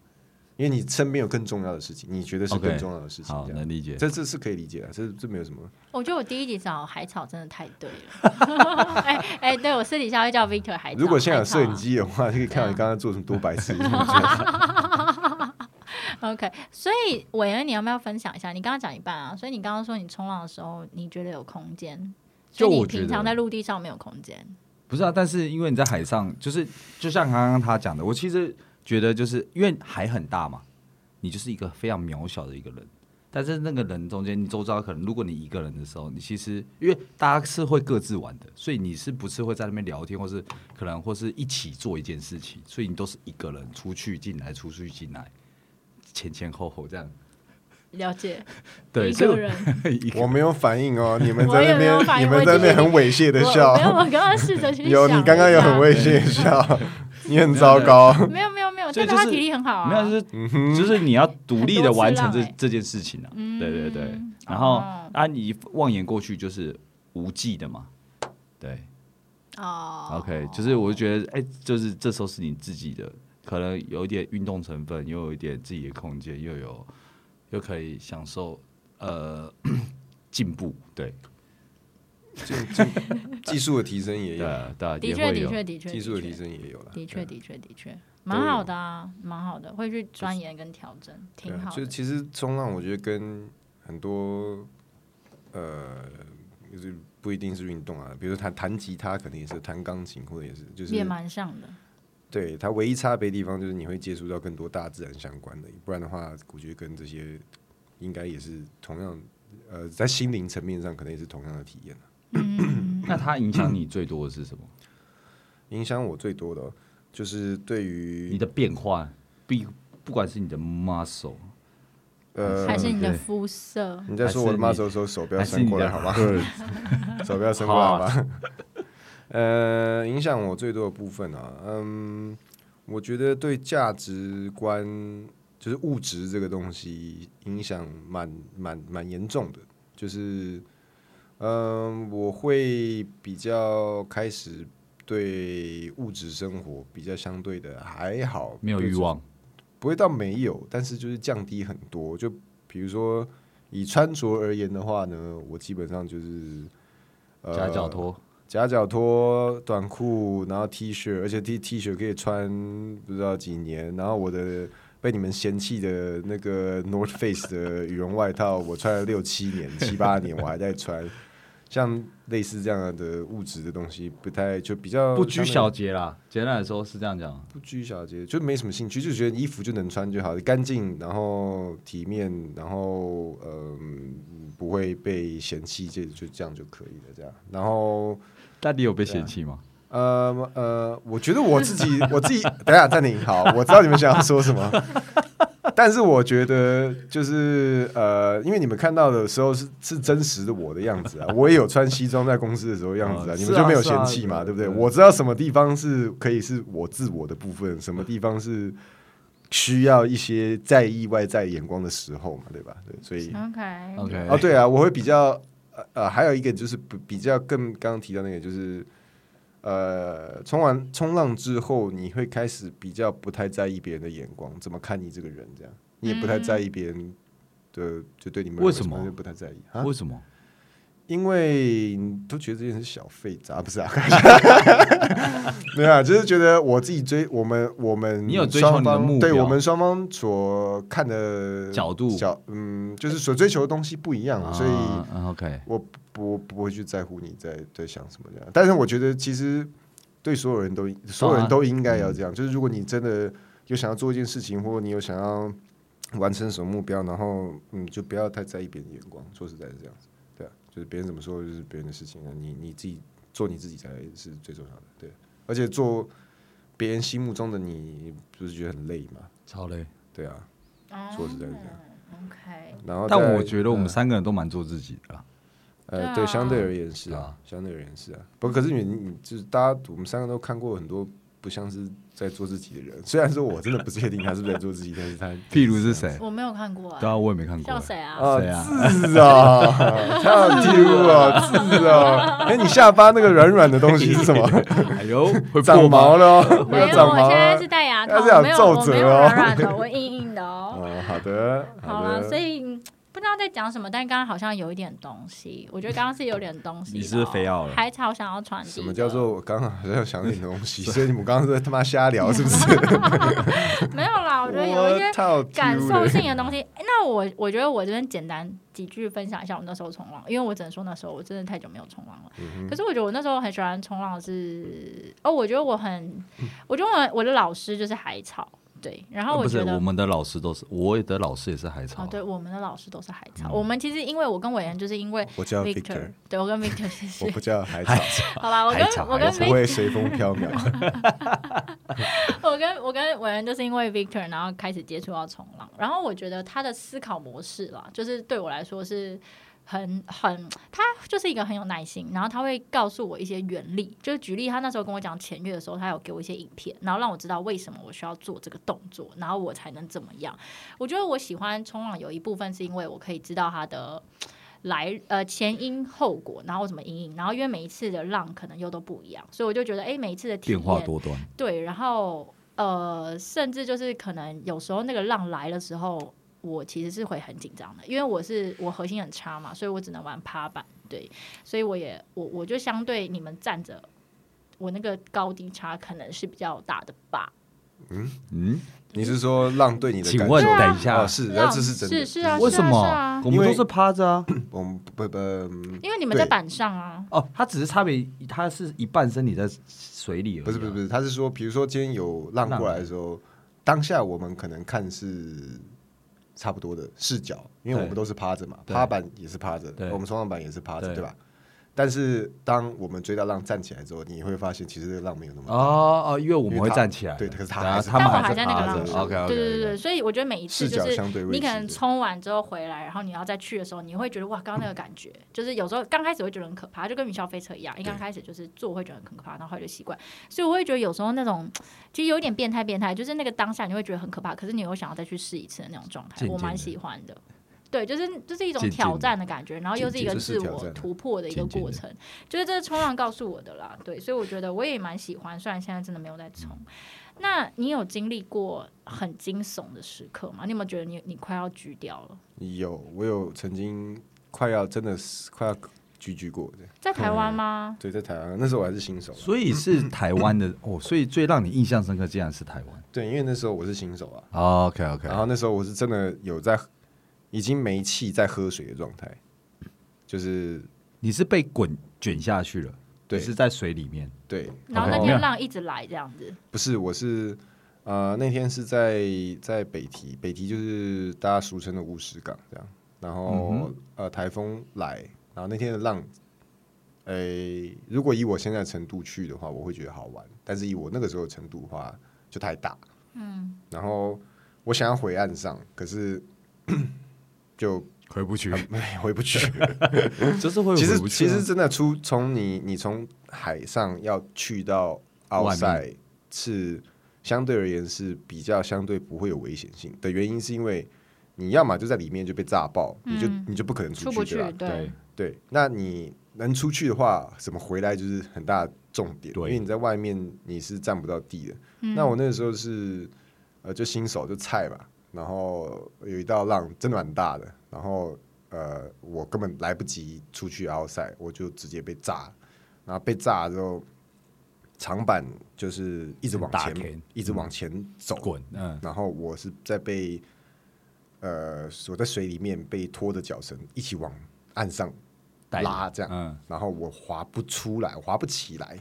C: 因为你身边有更重要的事情，你觉得是
A: OK，
C: 更重要的事情，
A: 好，
C: 这样
A: 能理解。
C: 这这是可以理解的，这这没有什么。
B: 我觉得我第一集找海草真的太对了。 哎哎，对我私底下会叫 Victor 海草。
C: 如果现在有
B: 海草啊
C: 摄影机的话，就可以
B: 啊
C: 看到你刚刚做成多 白痴。 的动作
B: OK，所以伟恩，你要不要分享一下？你刚刚讲一半啊，所以你刚刚说你冲浪的时候，你觉得有空间，所
A: 就
B: 以你
A: 我觉
B: 平常
A: 得
B: 在陆地上没有空间。
A: 不是啊，但是因为你在海上，就是就像刚刚他讲的，我其实觉得就是因为海很大嘛，你就是一个非常渺小的一个人，但是那个人中间，你周遭可能如果你一个人的时候，你其实因为大家是会各自玩的，所以你是不是会在那边聊天，或是可能或是一起做一件事情，所以你都是一个人出去进来，出去进来，前前后后这样。
B: 了解，
A: 对，
B: 一
A: 所以
B: 个
A: 我
B: 人。
A: 一个
C: 我没有反应哦，你们
B: 我
C: 在
B: 也
C: 那
B: 没有
C: 边，
B: 反
C: 你
B: 应
C: 们
B: 我
C: 在那
B: 就
C: 边
B: 是
C: 很猥亵
B: 我
C: 的
B: 没有，
C: 笑，
B: 我刚刚试着去
C: 有
B: 想
C: 你刚刚
B: 了一
C: 有
B: 下
C: 很猥亵的 笑，你很糟糕。
B: 没有没有没有，
A: 所
B: 但
A: 以
B: 是
A: 就
B: 他
A: 是
B: 体力很好啊，
A: 没有，就是、
C: 嗯
A: 就是你要独立的完成这、
B: 很多次浪欸
A: 这件事情啊。
B: 嗯
A: 对对对，然后、
B: 哦
A: 啊，你望眼过去就是无际的嘛。对、
B: 哦
A: o k 就是我就觉得，哎、就是这时候是你自己的，可能有一点运动成分，又有一点自己的空间，又有又可以享受呃 进步，对
C: 技术的提升也有，
A: 对对，
B: 的
A: 也
B: 确
A: 会
B: 的
A: 有
B: 确的确
C: 技术的提
B: 确
C: 升也有了。
B: 的
A: 对
B: 确，的确，的确，蛮
C: 有
B: 好的啊，蛮好的，会去钻研跟调整，
C: 对
B: 挺
C: 啊，
B: 好
C: 就
B: 的。
C: 其实冲浪，我觉得跟很多呃，就是不一定是运动啊，比如说弹弹吉他，肯定也是弹钢琴，或者也是就是
B: 也蛮像的，
C: 对它唯一差别的地方就是你会接触到更多大自然相关的，不然的话，我觉得跟这些应该也是同样，呃，在心灵层面上可能也是同样的体验啊、
A: 那它影响你最多的是什么？
C: 影响我最多的哦就是对于
A: 你的变化，不不管是你的 muscle，
C: 呃，
B: 还是你的
A: 对
B: 肤色，
C: 你在说我的 muscle 的时候，手不要
A: 还是
C: 伸
A: 你
C: 过来
A: 的
C: 好 吗？
A: curves
C: 手不要伸过来
A: 啊
C: 吧。 呃，影响我最多的部分啊，嗯，我觉得对价值观，就是物质这个东西影响蛮蛮蛮严重的。就是，嗯，我会比较开始对物质生活比较相对的还好，
A: 没有
C: 对
A: 欲望，
C: 不会到没有，但是就是降低很多。就比如说以穿着而言的话呢，我基本上就是呃
A: 夹脚拖。
C: 夹脚拖、短裤，然后 T 恤，而且 T T 恤可以穿不知道几年。然后我的被你们嫌弃的那个 North Face 的羽绒外套，我穿了六七 年、七八年，我还在穿。像类似这样的物质的东西，不太就比较
A: 不拘
C: 相对
A: 小节啦，简单来说是这样讲。
C: 不拘小节，就没什么兴趣，就觉得衣服就能穿就好，干净，然后呃体面，然后嗯、不会被嫌弃，这就这样就可以了，这样。然后
A: 但你有
C: 啊
A: 被嫌弃吗？
C: 呃呃，我觉得我自己 我自己，等一下暂停，好，我知道你们想要说 什么。但是我觉得，就是呃，因为你们看到的时候是是真实的我的样子啊，我也有穿西装在公司的时候样子啊，
A: 哦
C: 你
A: 是
C: 们
A: 啊
C: 就没有
A: 是啊
C: 嫌弃嘛，
A: 对
C: 对不对？
A: 对
C: 我知道什么地方是可以是我自我的部分，什么地方是需要一些在意外在眼光的时候嘛，对吧？对，所
A: 啊
C: 以
B: OK 嗯
A: OK
C: 哦，对啊，我会比较呃呃，还有一个就是比比较更刚刚提到那个就是呃，冲完冲浪之后，你会开始比较不太在意别人的眼光，怎么看你这个人这样，你也不太在意别人的，就对你们
A: 为
C: 什
A: 什么
C: 就不太在意啊？
A: 为什么？
C: 因为你都觉得这件事小废渣，不 是啊？ 没有啊，就是觉得我自己追我们我们
A: 你有追求你的
C: 双方
A: 目标
C: 对我们双方所看的
A: 角度
C: 角嗯，就是所追求的东西不一样，所以。
A: 啊嗯 OK，
C: 我不我不会去在乎你在在想什么这样。但是我觉得其实对所有人都所
A: 啊
C: 有人都应
A: 嗯
C: 该要这样，就是如果你真的有想要做一件事情，或者你有想要完成什么目标，然后嗯，就不要太在意别人的眼光。说实在是这样子，对啊，就是别人怎么说就是别人的事情啊，你你自己做你自己才是最重要的，对。而且做别人心目中的你，不是觉得很累吗？
A: 超累。
C: 对啊，
B: 哦
C: 说实在是这样。
B: OK，
C: 然后再，
A: 但我觉得我
C: 嗯
A: 们三个人都蛮做自己的啦。
C: 呃，
B: 对啊
C: 对，相对而言是
A: 对
C: 啊
A: 啊，
C: 相对而言是啊。不，可是你你就是大家，我们三个都看过很多不像是在做自己的人。 虽然说我真的不确定他是不是在做自己，但是他
A: 譬如是谁？
B: 我没有看过
A: 对
B: 啊，
A: 啊，我也没看过
B: 像。谁啊？
C: 啊
A: 谁啊，
C: 字啊， 他有丢啊，字啊。哎，你下巴那个软软的东西是什么？
A: 哎呦， 会
C: 长
A: 破
C: 毛
A: 吗？
C: 了哦，
B: 没
C: 有
B: 有，
C: 长
B: 我
C: 毛
B: 现在
C: 啊
B: 是。戴牙套，
C: 他是有
B: 我没有，我没
C: 皱
B: 有
C: 褶哦
B: 软软的，我硬硬的哦。
C: 哦，好的，
A: 啊
B: 好啦，
C: 的
B: 所。以嗯不知道在讲什么，但刚刚好像有一点东西，我觉得刚刚是有点东西的哦。
A: 你是不是非要了
B: 还超想要传递的。
C: 什么叫做我刚刚好像想点东西，所以你们刚刚在他妈瞎 聊是不是？
B: 没有啦？我觉得有一些
C: 套
B: 感
C: 丢
B: 受
C: 了
B: 性的东西。诶那我我觉得我这边简单几句分享一下我那时候冲浪，因为我只能说那时候我真的太久没有冲浪了。
A: 嗯
B: 可是我觉得我那时候很喜欢冲浪是，哦，我觉得我很，我觉得我我的老师就是海草。对，然后
A: 呃
B: 我
A: 不是
B: 觉得
A: 我们的老师都是，我的老师也是海草
B: 哦，，对，我们的老师都是海
A: 嗯
B: 草。我们其实因为我跟伟人，就是因为
C: 我叫
B: Victor，对我跟 Victor 谢
C: 我
B: 谢。
C: 不叫海草，
B: 好啦，我跟
A: 海草
B: 我
A: 海
B: 跟
A: 草
C: 不
B: Vic，
C: 会随风飘渺。
B: 我跟我跟伟人，就是因为 Victor，然后开始接触到冲浪，然后我觉得他的思考模式啦，就是对我来说是。很很，他就是一个很有耐心，然后他会告诉我一些原理，就是举例，他那时候跟我讲潜跃的时候，他有给我一些影片，然后让我知道为什么我需要做这个动作，然后我才能怎么样。我觉得我喜欢冲浪有一部分是因为我可以知道它的来呃前因后果，然后怎么阴影，然后因为每一次的浪可能又都不一样，所以我就觉得哎，每一次的体
A: 变化
B: 验
A: 多端。
B: 对，然后呃，甚至就是可能有时候那个浪来的时候，我其实是会很紧张的，因为我是我核心很差嘛，所以我只能玩趴板，对，所以我也我我就相对你们站着，我那个高低差可能是比较大的吧。
A: 嗯，
C: 你是说浪对你的感
A: 请
C: 受？
A: 问等一下
C: 哦，是，
B: 浪
C: 那这是真的。
B: 啊是是啊，
A: 为
B: 是
A: 什
B: 啊
A: 么
B: 是啊？
A: 我们
C: 因
A: 都
C: 为
A: 是趴着啊？
C: 我们不不，嗯
B: 因为你们在
C: 对
B: 板上啊，
A: 哦，它只是差别，它是一半身体在水里而已啊。
C: 不是不是不是，他是说，比如说今天有浪过来的时候，当下我们可能看是差不多的视角，因为我们
A: 对
C: 都是趴着嘛，
A: 对
C: 趴板也是趴着
A: 对，
C: 我们冲浪板也是趴着，
A: 对
C: 对吧？但是当我们追到浪站起来之后，你会发现其实这个浪没有那么大。
A: 哦哦，因为我们
C: 因
A: 会
C: 为它
A: 站起来，
C: 对可是它
A: 然后
C: 还是
A: 他们
B: 但我
A: 还
B: 还在那个
A: 趴
B: 浪
A: 着。
B: 上
A: OK OK，
B: 对对对对，所以我觉得每一次
C: 视
B: 就
C: 角
B: 是
C: 相对位
B: 你
C: 置
B: 可能
C: 的，
B: 冲完之后回来，然后你要再去的时候，你会觉得哇，刚刚那个感觉，就是有时候刚开始会觉得很可怕，就跟云霄飞车一样，一刚开始就是坐会觉得很可怕，然后后来就习惯。所以我会觉得有时候那种其实有一点变态变态，就是那个当下你会觉得很可怕，可是你又想要再去试一次的那种状态
A: 渐，渐
B: 我蛮
A: 的
B: 喜欢的。对，就是就是一种
A: 渐渐
B: 挑
A: 的
B: 战的感觉，然后又是一个
C: 渐渐
B: 自
C: 这是挑
B: 我
C: 战
B: 突破的一个
A: 渐渐
B: 过
A: 的
B: 程，就是这是冲浪告诉我的啦。对，所以我觉得我也蛮喜欢，虽然现在真的没有在冲。那你有经历过很惊悚的时刻吗？你有没有觉得你你快要狙掉了？
C: 有我有曾经快要真的是快要狙狙过的，
B: 在台湾吗？
C: 对，在台湾那时候我还是新手啦，啊
A: 所以
C: 嗯
A: 是台湾的哦，所以最让你印象深刻，竟然是台湾。
C: 对，因为那时候我是新手啊，
A: OK OK，
C: 然后那时候我是真的有在已经没气在喝水的状态，就是
A: 你是被滚卷下去了，
C: 对
A: 你是在水里 面。
C: 对，
B: 然后那
A: OK
B: 天浪一直来这样子，
C: 不是我是呃那天是在在北堤，北堤就是大家俗称的乌石港这样，然后、
A: 嗯
C: 呃台风来，然后那天的浪。诶、如果以我现在的程度去的话，我会觉得好玩；但是以我那个时候的程度的话，就太大。嗯。然后我想要回岸上，可是 就
A: 回不去，
C: 哎回不去。
A: 就是会
C: 其
A: 回
C: 实
A: 不去
C: 其
A: 啊
C: 实真的出从你你从海上要去到
A: 外
C: outside
A: 面
C: 是相对而言是比较相对不会有危险性的原因，是因为你要么就在里面就被炸爆，你就
B: 嗯
C: 你就不可能
B: 出
C: 出
B: 不
C: 去
B: 去
C: 对吧？，
B: 对，
C: 对，那你能出去的话，怎么回来就是很大的重点，因
A: 对
C: 为你在外面你是占不到地的。那我那时候是呃，就新手就菜吧，然后有一道浪真的蛮大的，然后呃，我根本来不及出去 outside，我就直接被炸了，然后被炸之后，长板就是一直往
A: 大嗯
C: 前
A: K，
C: 一直往前走，
A: 滚，嗯，
C: 然后我是在被呃我在水里面被拖着脚绳一起往岸上
A: 带着
C: 拉这样，
A: 嗯，
C: 然后我滑不出来，我滑不起来，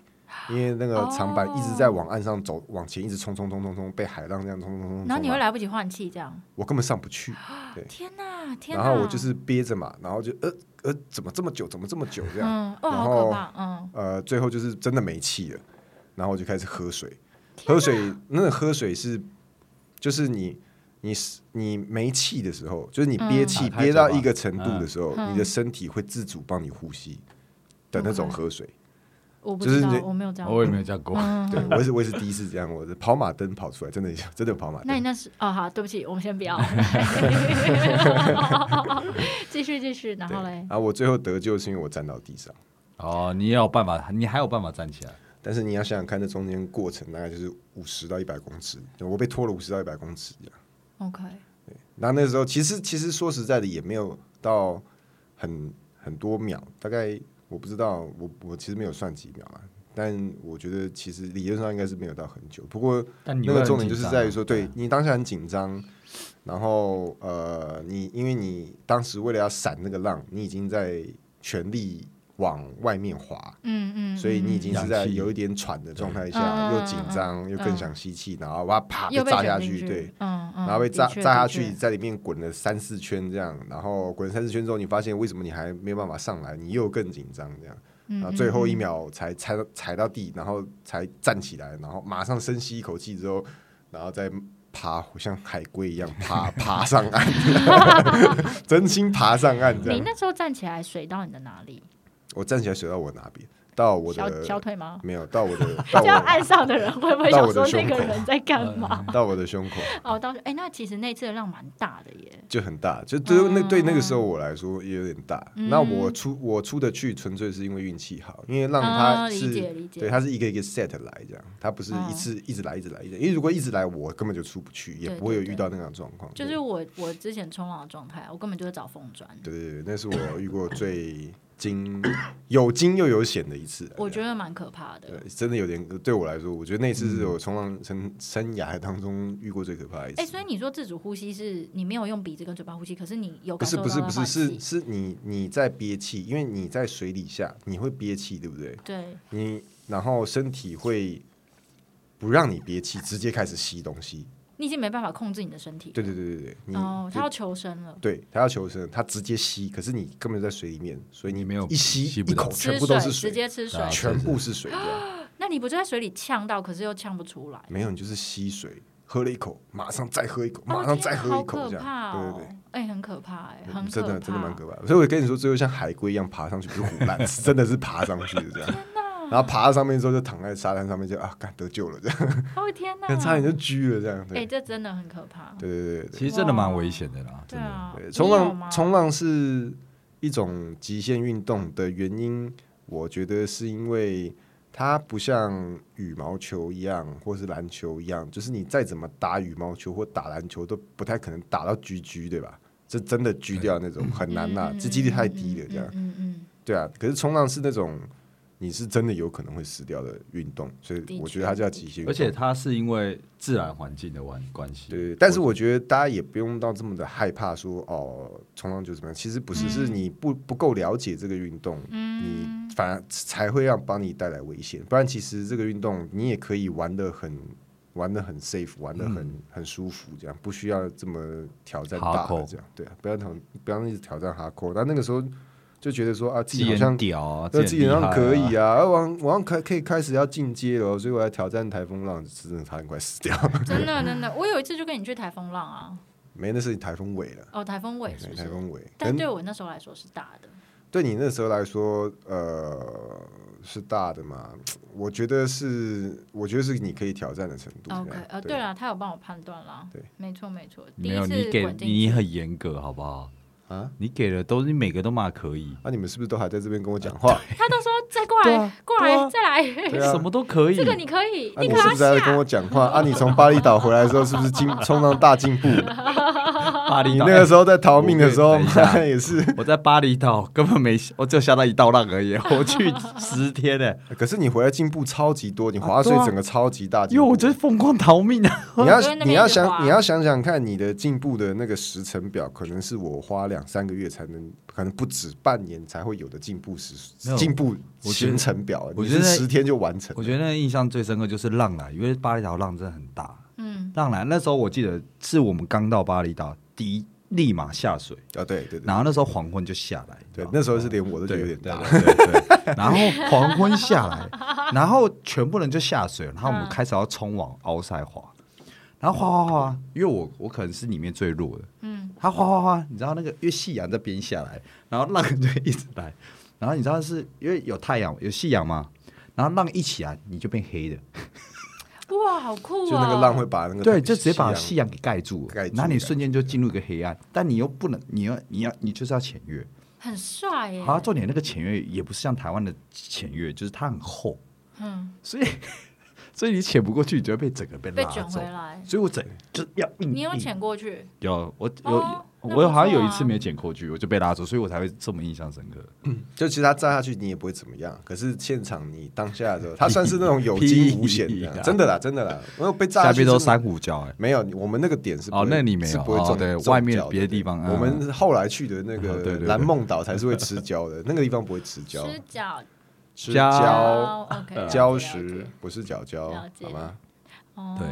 C: 因为那
B: 哦
C: 个长板一直在往岸上走，往前一直冲冲冲冲冲，被海浪这样冲冲冲冲。
B: 然后你
C: 冲
B: 会
C: 嘛，
B: 来不及换气，这样。
C: 我根本上不去。对，
B: 天哪，天哪！嗯
C: 然后我就是憋着嘛，然后就呃呃，怎么这么久，怎么这么久这样，
B: 嗯，哦，
C: 然
B: 好
C: 后
B: 可怕，嗯，
C: 呃，最后就是真的没气了，然后我就开始喝水，喝水，那个喝水是就是你。你你没气的时候，就是你憋气、
A: 嗯打开
C: 憋到
A: 嘴巴
C: 一个程度的时候，
B: 嗯
C: 你的身体会自主帮你呼吸的那种
B: OK
C: 喝水。
B: 我不
C: 就是
B: 知道
C: 你，
B: 我没有这样。嗯
A: 没有叫过
C: 对，我也是，我也是第一次这样，我是跑马灯跑出来，真的 真的有跑马
B: 那你
C: 灯。
B: 那是哦，好，对不起，我们先 不要， 继续继续，然
C: 对，
B: 后
C: 然
B: 嘞，
C: 后我最后得救是因为我站到地上，
A: 哦，你也有办法，你还有办法站起来。
C: 但是你要想想看，那中间过程大概就是五十到一百公尺，对我被拖了五十到一百公尺这样。
B: OK，
C: 然后那时候其实其实说实在的也没有到很很多秒，大概我不知道，我我其实没有算几秒啊，但我觉得其实理论上应该是没有到很久。不过
A: 但你会
C: 那个
A: 很
C: 重点就是
A: 紧张
C: 在
A: 啊
C: 于说，对你当下很紧张，然后呃，你因为你当时为了要闪那个浪，你已经在全力往外面滑，
B: 嗯嗯，
C: 所以你已经是在
A: 氧气
C: 有一点喘的状态下，
B: 嗯
C: 又紧张又更想吸气，然后哇啪啊被
B: 又被
C: 炸
B: 卷
C: 下
B: 进
C: 去，
B: 去，
C: 对，，
B: 嗯嗯，
C: 然后被炸
B: 的确
C: 炸下
B: 的确
C: 去，在里面滚了三四圈这样，然后滚三四圈之后，你发现为什么你还没有办法上来，你又更紧张这样，
B: 嗯
C: 然后最后一秒才踩到踩到地，然后才站起来，然后马上深吸一口气之后，然后再爬，像海龟一样爬爬上 岸，真心爬上岸这
B: 你
C: 样。
B: 那时候站起来水到你的哪里？
C: 我站起来水到我哪边？到我
B: 小
C: 的
B: 小腿吗？
C: 没有到我的 到
B: 这样
C: 我
B: 岸上的人会不会
C: 到
B: 想
C: 我
B: 说
C: 的
B: 这
C: 胸
B: 个
C: 口
B: 人在 干嘛？
C: 到我的胸口。
B: 哦，当时哎，那其实那次的浪蛮大的耶。
C: 就很大，就对那对那个时候我来说也有点大。
B: 嗯
C: 那我出我出得去，纯粹是因为运气好，因为让
B: 哦
C: 他
B: 理
C: 是、
B: 解理解
C: 对他是一个一个 set 来这样，他不是
B: 嗯
C: 一次一直来一直来一直来，因为如果一直来，我根本就出不去，也
B: 对
C: 不会有
B: 对对
C: 遇到那样的状况。
B: 就是我我之前冲浪的状态，我根本就是找缝砖。
C: 对对对，对那是我遇过最惊有惊又有险的一次。啊
B: 我觉得蛮可怕
C: 对
B: 的。
C: 真的有点对我来说，我觉得那次
B: 嗯
C: 是我冲浪生生涯当中遇过最可怕的一次。
B: 哎，所以你说自主呼吸是你没有用鼻子跟嘴巴呼吸，可是你有
C: 不
B: 感
C: 是
B: 受到
C: 不是不
B: 它
C: 是
B: 换
C: 是
B: 气
C: 是你你在憋气，因为你在水底下你会憋气，对不对？
B: 对，
C: 你然后身体会不让你憋气，直接开始吸东西。
B: 你已经没办法控制你的身体。
C: 对对对对对，你、
B: 哦，他
C: 就
B: 要求生了，
C: 对他要求生，他直接吸，可是你根本在水里面，所以
A: 你没有
C: 一吸
A: 吸不
C: 一
A: 到
C: 口
B: 吃
C: 全部
B: 水
C: 都是
B: 直接吃水
A: 对。啊
C: 全部是水，这样
B: 那你不就在水里呛到，可是又呛不出来？
C: 没有你就是吸水，喝了一口，马上再喝一口，马上再喝一口
B: 哦
C: 这
B: 天啊
C: 样，
B: 好可怕
C: 对
B: 哦
C: 对对。！
B: 哎、很可怕哎、很
C: 嗯
B: 可怕
C: 真的真的蛮可怕的，所以我跟你说，最后像海龟一样爬上去，不是虎烂，是真的是爬上去的这样。然后爬到上面之后，就躺在沙滩上面，就啊，干得救了这样，
B: 哦天哪！
C: 但 差点就狙了这样。
B: 哎、
C: 对
B: 这真的很可怕。
C: 对对对对，
A: 其实真的蛮危险的啦，
B: 对
A: 真的。
B: 啊
C: 对，，
B: 你
C: 冲
B: 有吗
C: 浪冲浪是一种极限运动的原因，我觉得是因为它不像羽毛球一样，或是篮球一样，就是你再怎么打羽毛球或打篮球，都不太可能打到狙狙，对吧？这真的狙掉那种很难呐、
B: 嗯
C: 这几率太低了，这样
B: 嗯。嗯嗯
C: 对啊，可是冲浪是那种你是真的有可能会死掉的运动，所以
B: 的
C: 我
B: 确
C: 觉得它叫极限运动。
A: 而且它是因为自然环境的关关系，
C: 对，但是我觉得大家也不用到这么的害怕说哦，冲浪就怎么样。其实不是，
B: 嗯
C: 是你不不够了解这个运动，
B: 嗯
C: 你反而才会让帮你带来危险。不然其实这个运动你也可以玩的很玩的很 safe，玩的很、
A: 嗯
C: 很舒服，这样不需要这么挑战大的
A: Hardcore
C: 这样。对啊，不要挑不要一直挑战哈扣。但那个时候就觉得说啊，自
A: 自
C: 己好
A: 己
C: 像
A: 很屌啊，
C: 那自己
A: 很厉
C: 好像
A: 害
C: 可以啊，啊我好像我好像开可以开始要进阶了哦，所以我来挑战台风浪，真的差点快死掉。
B: 真的真的，我有一次就跟你去台风浪啊，
C: 没，那是台风尾了。
B: 哦，台风尾是不
C: 台
B: 是？
C: 风尾，
B: 但
C: 但
B: 对我那时候来说是大的，
C: 对你那时候来说，呃，是大的嘛？我觉得是，我觉得是你可以挑战的程度这样。
B: OK，呃，对
C: 对啊
B: 了，他有帮我判断啦，
C: 对，
B: 没错没错，第
A: 没
B: 一
A: 有你
B: 次
A: 给
B: 滚进
A: 你
B: 去，
A: 很严格好不好？
C: 啊，
A: 你给的都是你每个都骂可以，
C: 那、你们是不是都还在这边跟我讲
A: 哦
C: 话？
B: 他都说再过
A: 对
B: 来
A: 啊
B: 过
A: 对
B: 来
A: 啊
B: 再来，
C: 对啊
A: 什么都 可以。
B: 这个你可以，
C: 啊，
B: 立
C: 你
B: 刻
C: 是
B: 要
C: 不是还在跟
B: 下
C: 我。讲话？啊，你从巴厘岛回来的时候，是不是 进冲浪大 进步？
A: 巴厘
C: 你
A: 岛
C: 那个时候在逃命的时候，
A: 我可以等一下
C: 也是。
A: 我在巴厘岛根本没，我只有下到一道浪而已， 我去十天呢、
C: 可是你回来进步超级多，你划水
A: 啊对啊
C: 整个超级大进
A: 因为
C: 步。
A: 我就是疯狂逃命啊！
C: 你要
B: 我就在那边
C: 你要
B: 一直滑
C: 想你要想想看，你的进步的那个时程表，可能是我花两三个月才能，可能不止半年才会有的进步时
A: 没有
C: 进步
A: 我觉得
C: 行程表，
A: 我
C: 你
A: 觉
C: 是
A: 得
C: 十天就完成
A: 我。觉得那印象最深刻就是浪来，因为巴厘岛浪真的很大。
B: 嗯，
A: 浪来那时候我记得是我们刚到巴厘岛，第一立马下水，
C: 啊，对对对
A: 然后那时候黄昏就下来，
C: 对
A: 你，知道吗
C: 那时候是连我都觉得有点大。
A: 对对对对对然后黄昏下来，然后全部人就下水，然后我们
B: 嗯
A: 开始要冲往鳌塞滑，然后滑滑滑，因为我我可能是里面最弱的，嗯，他滑滑滑，你知道那个因为夕阳在边下来，然后浪就一直来，然后你知道是因为有太阳有夕阳嘛，然后浪一起来你就变黑的，
B: 哇，好酷啊！
C: 就那个浪会把那个
A: 对，就直接把
C: 夕
A: 夕阳给盖住了
C: 盖住
A: 然后你
C: 了
A: 瞬间就进入一个黑暗，但你又不能，你要你要你就是要潜跃，
B: 很帅耶！
C: 啊
A: 好像重点那个潜月也不是像台湾的潜月，就是它很厚，
B: 嗯，
A: 所以 所以你潜不过去，你就会被整个被
B: 被
A: 拉
B: 卷
A: 走
B: 回。来。
A: 所以我整就是要硬。
B: 你有
A: 硬
B: 潜过去？
A: 有我有、
B: 哦
A: 我
B: 那不
A: 好像
B: 错
A: 有一
B: 啊
A: 次没捡过去，我就被拉走，所以我才会这么印象深刻。
C: 就其实他站下去你也不会怎么样，可是现场你当下的时候，他算是那种有惊无险
A: 屁
C: 的，
A: 呀
C: 真的啦，真的啦，我有被炸
A: 下
C: 下去
A: 边都
C: 真的
A: 珊瑚礁哎、
C: 没有，我们那个点是不
A: 哦
C: 会
A: 那你没有
C: 是不会
A: 哦
C: 中
A: 对
C: 中
A: 外面
C: 胶的
A: 别的地方嗯
C: 我们后来去的那
A: 哦对
C: 个
A: 对对
C: 蓝梦岛才是会吃胶的，那个地方不会吃胶，
B: 吃嗯脚
C: 吃
A: 胶
C: 胶
B: 嗯啊，OK，了解
C: 胶
B: 了
C: 石
B: 解
C: 不是角胶
B: 了，解
C: 好吗？
B: 哦
A: 对，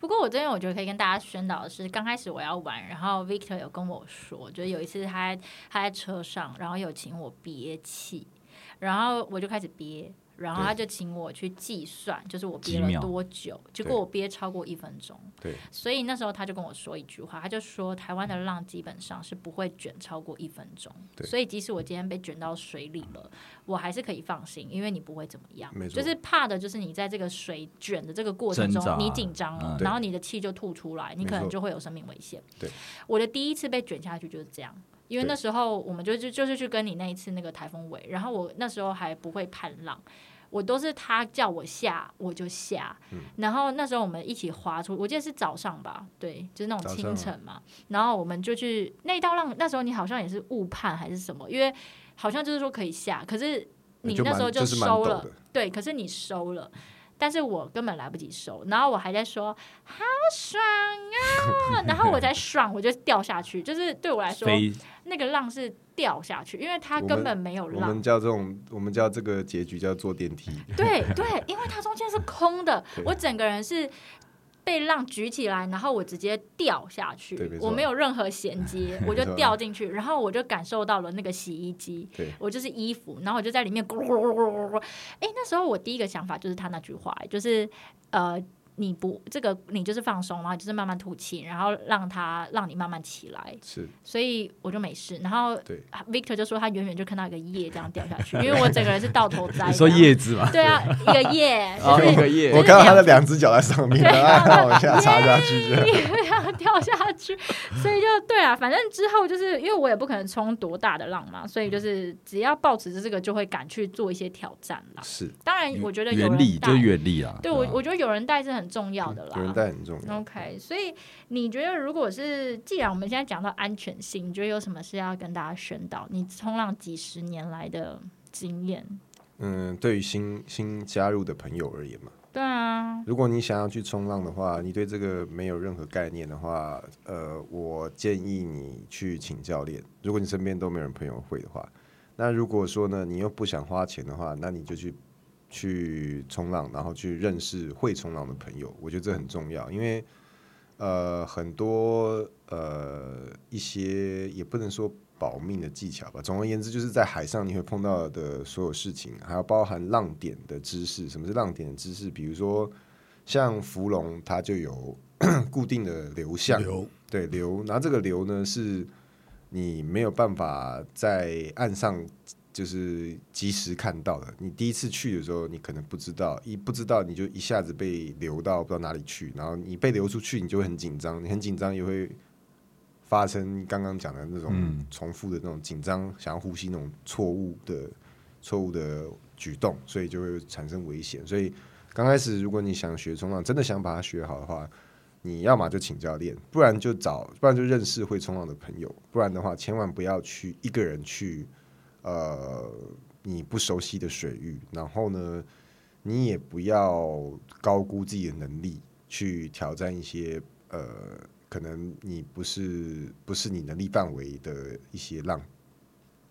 B: 不过我这边我觉得可以跟大家宣导的是，刚开始我要玩，然后 Victor 有跟我说，就是有一次他在他在车上，然后有请我憋气，然后我就开始憋，然后他就请我去计算，就是我憋
A: 几秒
B: 了多久，结果我憋超过一分钟，
C: 对，
B: 所以那时候他就跟我说一句话，他就说台湾的浪基本上是不会卷超过一分钟，
C: 对
B: 所以即使我今天被卷到水里了，我还是可以放心，因为你不会怎么样
C: 没，错
B: 就是怕的就是你在这个水卷的这个过程中
A: 挣扎
B: 你紧张了
A: 嗯，
C: 对
B: 然后你的气就吐出来，你可
C: 没
B: 能
C: 错
B: 就会有生命危险。
C: 对，
B: 我的第一次被卷下去就是这样。因为
C: 对
B: 那时候我们就就就是去跟你那一次那个台风尾，然后我那时候还不会判浪，我都是他叫我下我就下，
C: 嗯
B: 然后那时候我们一起划出，我记得是早上吧，对，就是那
C: 早
B: 种
C: 上
B: 清晨嘛，然后我们就去那一道浪，那时候你好像也是误判还是什么，因为好像就是说可以下，可是你
C: 就
B: 那时候
C: 蛮就是蛮
B: 收
C: 陡
B: 了
C: 的，
B: 对，可是你收了。但是我根本来不及收，然后我还在说好爽啊，然后我才爽，我就掉下去，就是对我来说，
A: 飞
B: 那个浪是掉下去，因为它
C: 我
B: 根
C: 们
B: 本没有
C: 我
B: 浪
C: 们，叫这种，我们叫这个结局叫坐电梯，
A: 嗯
B: 对对，因为它中间是空的
C: 对，
B: 我整个人是被浪举起来，然后我直接掉下去
C: 对没，错
B: 我没有任何衔 接，我就
C: 没错
B: 掉进去，然后我就感受到了那个洗衣机，
C: 对，
B: 我就是衣服，然后我就在里面咕噜咕噜咕噜咕噜咕噜。哎，那时候我第一个想法就是他那句话，哎就是呃。你不这个，你就是放松，然后就是慢慢吐气，然后让它让你慢慢起来。
C: 是
B: 所以我就没事。然后
C: 对
B: Victor 就说他远远就看到一个叶这样掉下去，因为我整个人是到头栽。
A: 你说？叶子吗？
B: 对啊，一个叶， 就
A: 一
B: 是
A: 个叶
C: 我看到他的两只脚在 上面，然后他往下插下去，这样
B: 这样掉下去，所以就对啊，反正之后就是因为我也不可能冲多大的浪嘛，所以就是只要保持着这个，就会敢去做一些挑战啦。
C: 是
B: 当然，我觉得有
A: 原
B: 人
A: 力
B: 带
A: 就，原力啊。
B: 对我
A: 啊
B: 我觉得有人带是很重要的啦。
C: 嗯有人带很重要。
B: OK，所以你觉得，如果是既然我们现在讲到安全性，你觉得有什么是要跟大家宣导？你冲浪几十年来的经验，
C: 嗯，对于新新加入的朋友而言嘛，
B: 对啊，
C: 如果你想要去冲浪的话，你对这个没有任何概念的话，呃，我建议你去请教练。如果你身边都没有人朋友会的话，那如果说呢，你又不想花钱的话，那你就去去冲浪，然后去认识会冲浪的朋友。我觉得这很重要，因为呃，很多呃一些也不能说保命的技巧吧。总而言之，就是在海上你会碰到的所有事情，还有包含浪点的知识。什么是浪点的知识？比如说像芙蓉，它就有固定的流向，
A: 流
C: 对流，然后这个流呢是你没有办法在岸上就是及时看到的。你第一次去的时候，你可能不知道，一不知道你就一下子被流到不知道哪里去，然后你被流出去，你就会很紧张，你很紧张也会发生刚刚讲的那种
A: 嗯
C: 重复的那种紧张，想要呼吸那种错误的错误的举动，所以就会产生危险。所以刚开始，如果你想学冲浪，真的想把它学好的话，你要么就请教练，不然就找，不然就认识会冲浪的朋友，不然的话，千万不要去一个人去，呃，你不熟悉的水域，然后呢，你也不要高估自己的能力去挑战一些呃，可能你不是不是你能力范围的一些浪。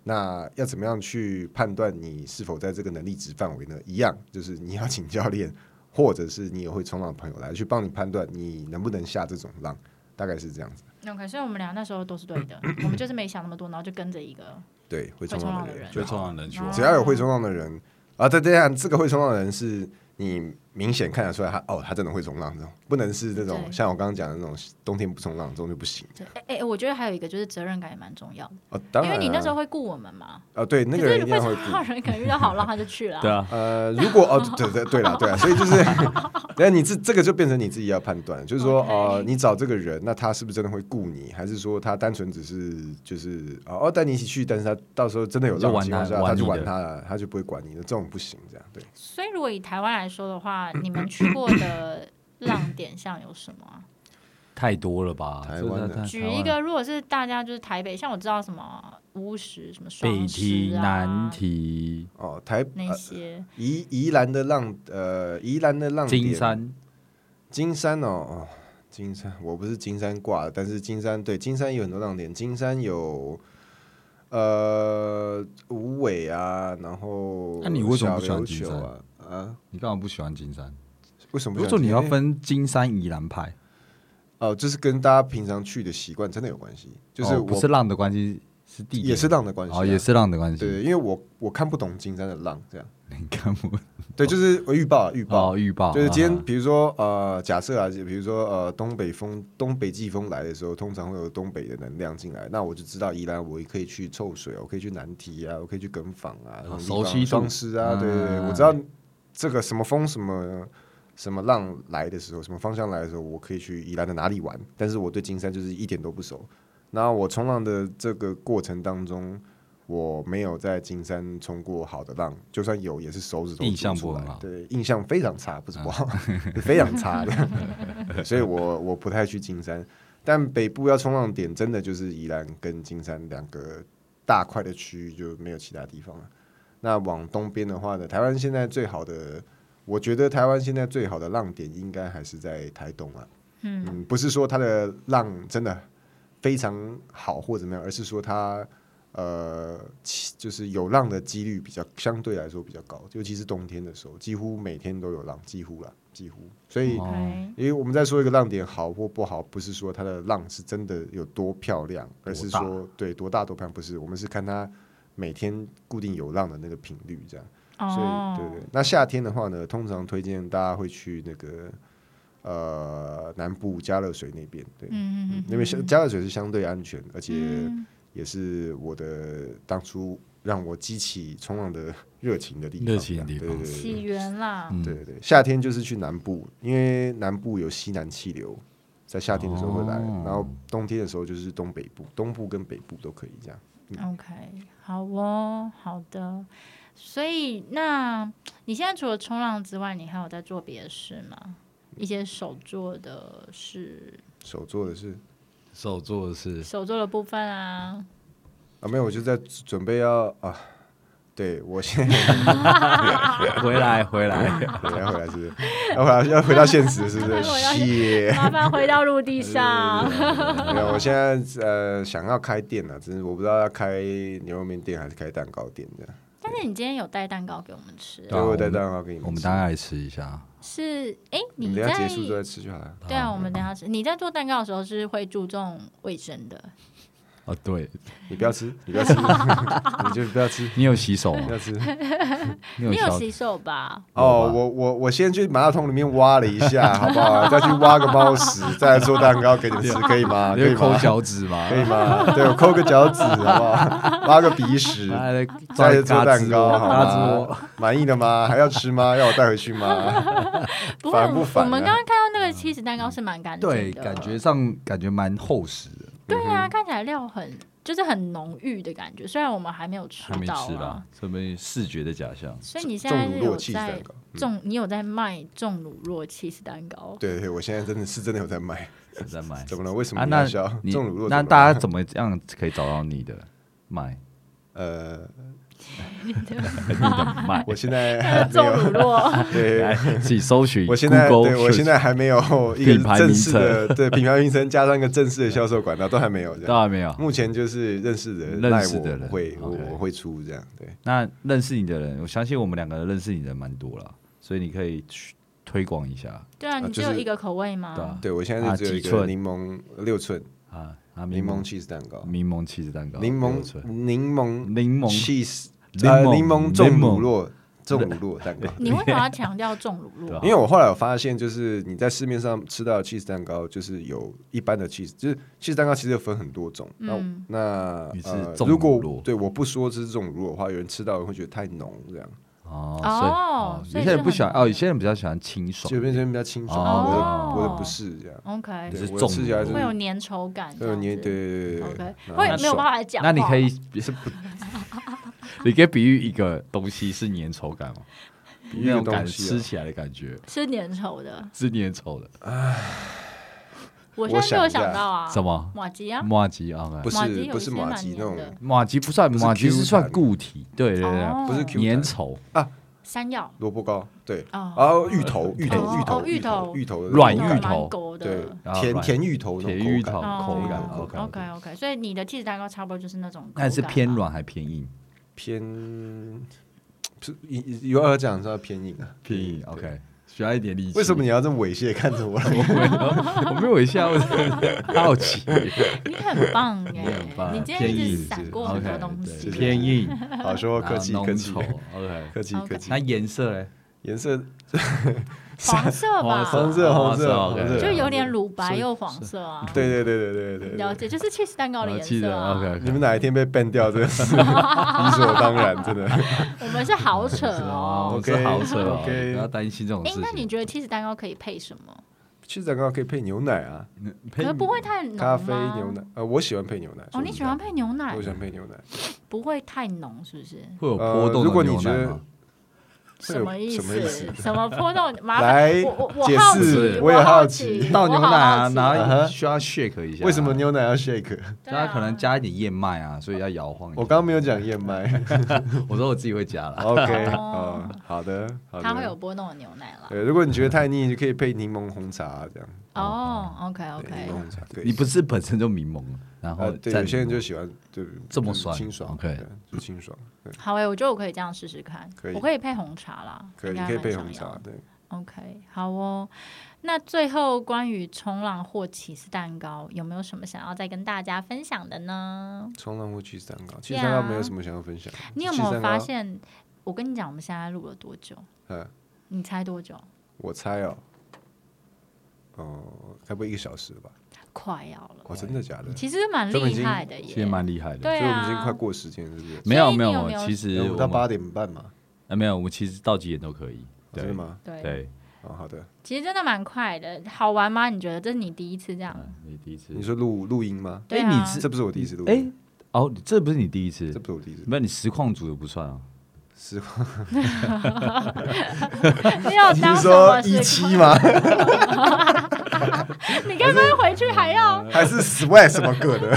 C: 那要怎么样去判断你是否在这个能力值范围呢？一样，就是你要请教练，或者是你也会冲浪的朋友来去帮你判断你能不能下这种浪，大概是这样子。
B: OK，所以我们俩那时候都是对的，我们就是没想那么多，然后就跟着一个，
C: 对，会冲浪的人
B: 会
A: 就
C: 就
A: 冲
C: 好，
A: 浪人去
B: 哦
A: 玩
C: 只要有会冲浪的人啊，对对啊，这个会冲浪的人是你明显看得出来他哦，他真的会冲浪这种，不能是那种
B: 对
C: 像我刚刚讲的那种冬天不冲浪，冬天不行
B: 对，哎、哎、我觉得还有一个就是责任感也蛮重要的，
C: 哦。当
B: 因
C: 然啊、
B: 为你那时候会顾我们嘛，
C: 啊，对那
B: 可
C: 个人
B: 是
C: 一定
B: 会
C: 会
B: 冲浪
C: 顾。
B: 人可能遇到好浪他就去 了、
A: 对，啊，
C: 呃，如果哦，对对对了，对啊，所以就是， 那你这这个就变成你自己要判断，就是说，哦、
B: OK
C: 你找这个人，那他是不是真的会顾你，还是说他单纯只是就是哦哦带你一起去，但是他到时候真的有
A: 就
C: 浪的
A: 玩
C: 情况
A: 他
C: 下，
A: 玩
C: 他就
A: 你
C: 玩
A: 的
C: 他了，他就不会管你的，这种不行，这样对。
B: 所以如果以台湾来说的话，话，你们去过的浪点像有什么啊、
A: 太多了吧？
C: 台湾的
A: 这太
B: 举一个，如果是大家就是台北，像我知道什么乌石、什么
A: 台湾
B: 双
A: 北
B: 石
A: 题、
B: 啊、
A: 南题、
C: 哦，台
B: 那
C: 呃
B: 些，
C: 宜宜兰的浪，呃，宜兰的浪点
A: 金，山，
C: 金山哦，哦，金山，我不是金山挂的，但是金山对金山有很多浪点，金山有呃芦苇啊，然后
A: 那你为什么不喜
C: 小
A: 欢
C: 琉
A: 金
C: 球
A: 山
C: 啊？啊，
A: 你干嘛不喜欢金山？
C: 为什么
A: 如果
C: 不喜欢金
A: 说
C: 山？
A: 你要
C: 因为
A: 分金山宜兰派，
C: 哦，这是跟大家平常去的习惯真的有关系，就是
A: 哦
C: 我、
A: 不是浪的关系，是地点
C: 也是浪的关系、啊
A: 哦，也是浪的关系。
C: 对，因为我我看不懂金山的浪这样，
A: 你看我
C: 对，就是我预报啊预报、
A: 哦，预报
C: 就是今
A: 啊
C: 天，比如说呃，假设啊，就比如说呃，东北风、东北季风来的时候，通常会有东北的能量进来，那我就知道宜兰我可以去臭水，我可以去南堤啊，我可以去垦访啊，那种地
A: 熟
C: 方
A: 悉度
C: 双狮啊，对对对，
A: 嗯
C: 我知道这个什么风什么。什么浪来的时候，什么方向来的时候，我可以去宜兰的哪里玩？但是我对金山就是一点都不熟。那我冲浪的这个过程当中，我没有在金山冲过好的浪，就算有也是手指头
A: 印象不
C: 出来
A: 很好啊
C: 对，印象非常差，不是 不好，是非常差的。 所以我我不太去金山，但北部要冲浪点真的就是宜兰跟金山两个大块的区域，就没有其他地方了。那往东边的话呢，台湾现在最好的，我觉得台湾现在最好的浪点应该还是在台东啊。
B: 嗯，
C: 嗯，不是说它的浪真的非常好或怎么样，而是说它呃，其就是有浪的几率比较相对来说比较高，尤其是冬天的时候，几乎每天都有浪，几乎啦，几乎。所以，
A: 哦
B: OK
C: 因为我们在说一个浪点好或不好，不是说它的浪是真的有多漂亮，而是
A: 大
C: 说对多大多漂亮，不是，我们是看它每天固定有浪的那个频率这样。所
B: 哦，
C: 以对对，那夏天的话呢，通常推荐大家会去那个呃南部加热水那边，对，
B: 嗯嗯嗯，
C: 那边相加热水是相对安全，而且
B: 嗯
C: 也是我的当初让我激起冲浪的热情的地方，
A: 热情的地方
C: 对对
B: 起
C: 对
B: 源啦，
A: 嗯
C: 对对对，夏天就是去南部，因为南部有西南气流。在夏天的时候会来，
A: 哦
C: 然后冬天的时候就是东北部，东部跟北部都可以这样。
B: OK，好哦，好的。所以，那你现在除了冲浪之外，你还有在做别的事吗？一些手做的事，
C: 手做的是
A: 手做的是
B: 手做的部分啊，
C: 啊，没有，我就在准备要啊，对我现在
A: 回来回来，
C: 对，要回来是不是？要回来要回到现实是不
B: 要
C: 是？
B: 回到
C: 谢。
B: 麻烦回到陆地 上。
C: 没有，我现在呃想要开店了，只是我不知道要开牛肉面店还是开蛋糕店这样。
B: 但是你今天有带蛋糕给我们吃，
A: 对
C: 对，
A: 啊
C: 我有
A: 我
C: 带
A: 们
C: 蛋糕给你们吃。
A: 我们大概来吃一下。啊
B: 是哎，你
C: 你们等一
B: 在
C: 下结束之后再吃就好了。
B: 对啊，我们等一下吃。你在做蛋糕的时候是会注重卫生的，
A: 哦，对，
C: 你不要吃，你不要 吃，你就不要吃，
A: 你有洗手吗
C: 不？要吃。
A: 你
B: 你有
A: 消
B: 洗手吧？
C: 哦，我我我先去马桶里面挖了一下，好不好？再去挖个猫屎，再来做蛋糕给你们吃，可以吗？
A: 啊你
C: 可以
A: 有抠
C: 吗？
A: 脚趾吗
C: 可？以吗？对，我抠个脚趾，好不好？挖个鼻屎，
A: 来来，
C: 再
A: 抓
C: 来做蛋糕，好
A: 嘎吱 窝。
C: 吗？满意了吗？还要吃吗？要我带回去吗？
B: 不会，
C: 烦不
B: 我
C: 烦啊
B: 我们刚刚看到那个起司蛋糕是蛮干净的，
A: 对，感觉上感觉蛮厚实的。
B: 对
A: 嗯
B: 啊，看起来料很就是很浓郁的感觉，虽然我们还没有吃
A: 还没
B: 到
A: 吃
B: 啊
A: 啦。，这边视觉的假象。
B: 所以你现
C: 重
B: 在
C: 乳
B: 是
C: 酪
B: 有
C: 起司蛋
B: 在
C: 糕。
B: 重，你有在卖重乳酪起司蛋糕？
C: 对对，我现在真的是真的有在卖。
A: 有在卖
C: 怎么了？为什
A: 啊？
C: 么你
A: 那
C: 要笑？
A: 你
C: 重乳酪？
A: 那大家怎么样可以找到你的 卖？
C: 呃，
A: 你的卖
C: 我现在
B: 重
C: 还
B: 乳
C: 没有。
B: 酪，
C: 对，
A: 自己搜寻 Google
C: 我
A: search。
C: 现在对我现在还没有一个
A: 品牌
C: 正
A: 名
C: 式的对品牌名称加上一个正式的销售管道都还没有这
A: 当
C: 样。
A: 然没有。
C: 目前就是认识的人
A: 认
C: 赖
A: 识的
C: 我
A: 人
C: 我会我
A: OK
C: 我会出这样对。
A: 那认识你的人，我相信我们两个认识你的人蛮多了，所以你可以去推广一下
B: 对啊，
C: 啊
B: 你只
C: 就
B: 有
C: 是
B: 一个口味吗？
A: 对啊
C: 对我现在
A: 啊
C: 是只有
A: 几
C: 一个
A: 寸
C: 柠檬六寸
A: 啊啊！柠
C: 柠檬
A: 檬
C: cheese 蛋糕，
A: 柠檬起司蛋糕，
C: 柠
A: 六
C: 檬
A: 寸
C: 柠檬
A: 柠檬
C: cheese 呃柠檬重乳
A: 柠檬
C: 酪重乳酪蛋 糕。
B: 你为什么要强调重乳
A: 对啊？
B: 酪
C: 因为我后来有发现，就是你在市面上吃到的 cheese 蛋糕，就是有一般的 cheese，就是 cheese 蛋糕其实有分很多种。
B: 嗯
C: 那
A: 你
C: 那
A: 是
C: 呃，
A: 重
C: 如
A: 乳
C: 果
A: 酪
C: 对我不说这是重乳酪的话，有人吃到会觉得太浓，这样
A: 哦，
B: 哦
A: 所
B: 所
A: 以哦有些
B: 以是
A: 人不喜欢
B: 很
A: 哦，有些人比较喜欢清爽
C: 就，变成比较清爽。
A: 哦
C: 我的我的不是这样，
B: OK，
A: 你是
C: 对，我的
A: 重
C: 吃起来
A: 乳
C: 就
A: 酪
B: 会有
C: 是
B: 粘稠感这
C: 会有
B: 样子。
C: 黏，对对对啊对
B: OK，
C: 然后
B: 会
C: 很
B: 没有
C: 爽
B: 办法讲
A: 那
B: 话。
A: 你 可以是不，你可以比喻一个东西是粘稠感吗？
C: 比喻
A: 那
C: 的
A: 种
C: 东
A: 感
C: 西、
A: 吃
C: 啊。
A: 起来的感觉
B: 吃粘稠的。
A: 是粘稠的，
B: 我
C: 我
B: 现在就
C: 想
B: 有
C: 一下
B: 想到啊，
A: 什么
B: 马吉啊，
A: 马吉啊？
C: 不
B: 马
C: 是
B: 吉
C: 不是
B: 有一些
C: 马
B: 蛮
C: 吉那
B: 黏
C: 种
B: 的
A: 马吉不算
C: 不是
A: 马吉
C: Q
A: 是算
C: 弹
A: 固体，对对对，
B: 哦
C: 不是 Q
A: 粘
C: 弹
A: 稠
B: 山药
C: 萝卜糕，对，
B: 哦
C: 然后芋头芋头
B: 哦
C: 芋头
B: 哦
C: 芋
B: 芋头
C: 芋头的
B: 那
A: 软
B: 种
A: 啊芋头
B: 蛮勾的
C: 对
A: 啊
C: 甜
A: 软
C: 甜芋头那
A: 铁
C: 种
A: 芋
C: 口
A: 头
C: 感
A: 口感
B: 哦
A: OK
B: OK OK，所以你的气质蛋糕差不多就是那种，
A: 但是偏，软还偏硬？
C: 偏，是有要讲是要偏硬啊，
A: 偏硬，OK，需要一点力气。
C: 为什么你要这么猥亵看着 我？
A: 我没有一下，我只是好奇。
B: 你很棒哎，
A: 你很棒
B: 你今天一
A: 偏
B: 直
A: 硬
B: 闪过很
A: OK，
B: 多东
A: 对
B: 西，
A: 偏硬，
C: 好说客气
A: 然后
C: 客
A: 啊浓
C: 气
A: 稠，OK。
C: 客气
B: OK
C: 客气
A: 那，颜色嘞？
C: 颜色
B: 黄色吧，
C: 黄色
A: 黄
C: 黄
A: 色哦
C: 色
A: ，OK
C: 黄色，
B: 就有点乳白
A: 是
B: 又黄色啊，
C: 对对对对对对
B: 了
C: 对。
B: 解，就是 cheese 蛋糕的
A: 我
B: 颜
A: 记
B: 色
A: 得
B: 啊。
A: ，OK。
C: 你们哪一天被 ban 掉，这 个是理所当然，真的。
B: 我们是好扯
A: 哦，
B: 哦。
A: 我
C: OK，
A: 是好扯哦，
C: OK
A: 不要担心这种
B: 哎
A: 事，情。
B: 那你觉得 cheese 蛋糕可以配什么？
C: 去蛋糕可以配牛奶啊，
B: 可
A: 配
B: 是不会太浓吗
C: 咖啡、牛奶。呃，我喜欢配牛奶。
B: 哦，你喜欢配牛奶
C: 我，喜欢配牛奶。
B: 不会太浓，是不是？
A: 会有
C: 呃
A: 波动的
C: 如果你
A: 牛奶
C: 觉得
A: 吗
C: 会有
B: 什么意
C: 什么意
B: 思
C: 思？
B: 什么波动？麻
C: 来
B: 烦我我我
C: 解
B: 好
C: 释
B: 奇，
C: 我也
B: 好
C: 好
B: 奇
C: 奇，
A: 倒牛奶啊，
B: 然后
A: 然
C: 嗯
A: 后
C: 哼
A: 需要 shake 一下。啊
C: 为什么？牛奶 要 shake？
B: 啊
A: 大家可能加一点燕麦啊，所以要摇晃一下。
C: 我刚刚没有讲燕麦。
A: 我说我自己会加 啦。
C: OK，
B: 哦
C: 哦，好的，好的。
B: 它会有波动的牛奶啦。
C: 对，如果你觉得太腻，就可以配柠檬红茶啊这样。
B: 哦，OK
C: 对柠
B: OK，
C: 檬红茶可以。
A: 你不是本身就迷蒙了，然
C: 啊
A: 后？
C: 对，
A: 再
C: 有些人就喜欢对
A: 这么
C: 就是
A: 酸
C: 清爽。
A: OK
C: 对就清爽。对，
B: 好诶，我觉得我可以这样试试看
C: 可，以
B: 我可以配红茶啦，
C: 可以，
B: 应
C: 你
B: 该
C: 可以
B: 蛮
C: 配
B: 想要
C: 红茶。对，
B: OK，好哦。那最后关于冲浪或起司蛋糕，有没有什么想要再跟大家分享的呢？
C: 冲浪或去蛋糕，去
B: 对啊
C: 蛋糕没有什么想要分享。
B: 你有没
C: 去
B: 有
C: 蛋
B: 发
C: 糕？
B: 现？我跟你讲，我们现在录了多久？
C: 嗯，
B: 你猜多久？
C: 我猜哦，哦，该不会一个小时了吧？哦
B: 快要了，
C: 哇，真的假的？
B: 其实蛮
C: 这么已
B: 厉
C: 经
B: 害的
A: 其
B: 耶。
A: 实蛮厉害的。
B: 对
C: 所以我们已经
B: 啊
C: 快，过时间了，是不是？
A: 没有
B: 所以
A: 没
B: 你有
A: 有
B: 没，有
A: 其实
C: 那我
A: 我
C: 们到
A: 们
C: 八点半嘛？
A: 啊没有，我们其实到几点都可以。
C: 哦真
A: 对
C: 的吗？
B: 对，
A: 对，
C: 哦，好的。
B: 其实真的蛮快的。好玩吗？你觉得这是你第一次这样？
A: 嗯，你第一次
C: 你说录录音吗？
B: 对
A: 哎你
B: 啊，
A: 是
C: 这不是我第一次录，
A: 哎，哦，这不是你第一次
C: 这，不是我第一次录，
A: 那你实况组的不算啊。
C: 实话。
B: 你有
C: 你
B: 当
C: 是
B: 什
C: 说
B: 么
C: 一
B: 时
C: 期
B: 空？
C: 吗？
B: 你该不会回去还要
C: 还是 sweat 什么 鬼的？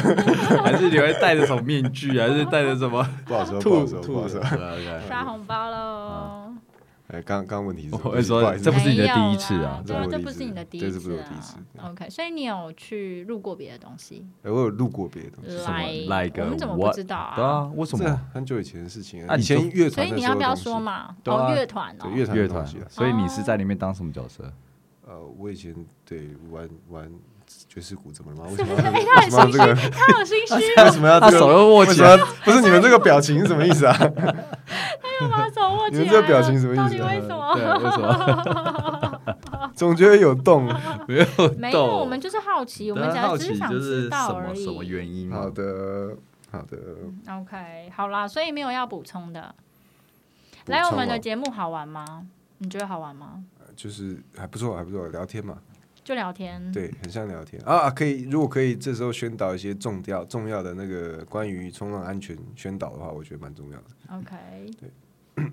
A: 还是你会戴着什么面具，还是戴着什么
C: 不好说，不
A: 兔
C: 好说，不
A: 兔
C: 好说
A: 的？。对啊
B: 刷红包喽？
C: 哎，刚刚问题是什么，
A: 我会说
C: 不好意思
A: 这不
B: 没
A: 是你的
B: 有
A: 第一次啊
B: 啦
C: 这
B: 对啊，
C: 不是
B: 这
C: 我
B: 不
C: 第一
B: 是你
C: 次
B: 的第
C: 这
B: 一
C: 是不是
B: 次
C: 我第一次
B: 啊。OK，所以你有去录过别的东西？
C: 哎我有录过别的东西，
A: 什么
B: 来，
A: like
B: 我们怎么不
A: what？
B: 知道
A: 对啊，？为什
C: 这
A: 么？
C: 很久以前的事情
A: 啊
C: 啊。
A: 你
C: 以
A: 就
C: 前乐
B: 所
C: 团的
B: 以
C: 时
B: 你
C: 候的东西，
B: 要不要说嘛？
C: 对啊
B: 哦，乐团哦
C: 对，乐团
A: 乐
C: 的东
A: 团
C: 西啊，。
A: 所以你是在里面当什么角色？
C: 呃，我以前对玩玩爵士鼓怎么了吗？
B: 是
C: 为什
B: 不
C: 么
B: 是？
C: 要
B: 哎，
C: 这
B: 他很
C: 个？为什么要
B: 心
C: 这
B: 虚，他很心虚，
C: 个？为什么要
A: 他
C: 啊这
A: 手
C: 个？
A: 又握
C: 为
A: 起
C: 什
A: 来
C: 么，要？不是你们这个表情是什么意思啊？
B: 干嘛手握起
C: 你
B: 来了？
C: 们这个表情什么
B: 到
C: 意
B: 底
C: 思？啊
B: 为什么？
A: 对，为什么？
C: 总觉得有动。
A: 没有
B: 没 有，
A: 懂
B: 我们就是好奇，我们
A: 大
C: 啊
A: 家好
B: 只是
A: 奇
B: 想
A: 就
B: 知
A: 是
B: 道
A: 什
B: 而
A: 么
B: 已。
A: 什么原因
C: 好
A: 嘛？
C: 的，好的。
B: OK，好啦，所以没有要补充的。
C: 补
B: 来，我
C: 充
B: 们的
C: 哦
B: 节目好玩吗？你觉得好玩吗？
C: 就是还不错，还不错，聊天嘛，
B: 就聊天。
C: 对，很像聊天啊。可以，如果可以，这时候宣导一些重要重要的那个关于冲浪安全宣导的话，我觉得蛮重要的。
B: ，OK，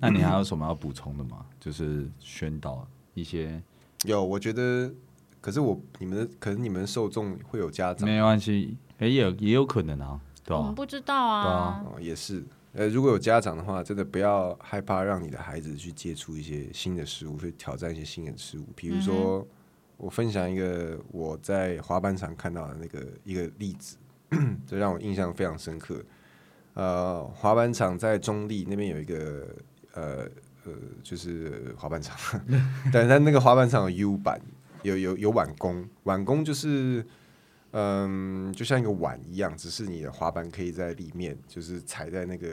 A: 那你还有什么要补充的吗？就是宣导一些，
C: 有，我觉得，可是我你们的，可能你们受众会有家长
A: 没关系，哎，也有也有可能啊，对
B: 我们
A: 吧？
B: 不知道啊。
C: 哦，也是。呃，如果有家长的话，真的不要害怕让你的孩子去接触一些新的事物，去挑战一些新的事物。比如说，我分享一个我在滑板场看到的那个一个例子， 这让我印象非常深刻。呃，滑板场在中立那边有一个呃呃，就是滑板场， 但但那个滑板场有 U 板，有有有碗弓，碗弓就是嗯，就像一个碗一样，只是你的滑板可以在里面，就是踩在那个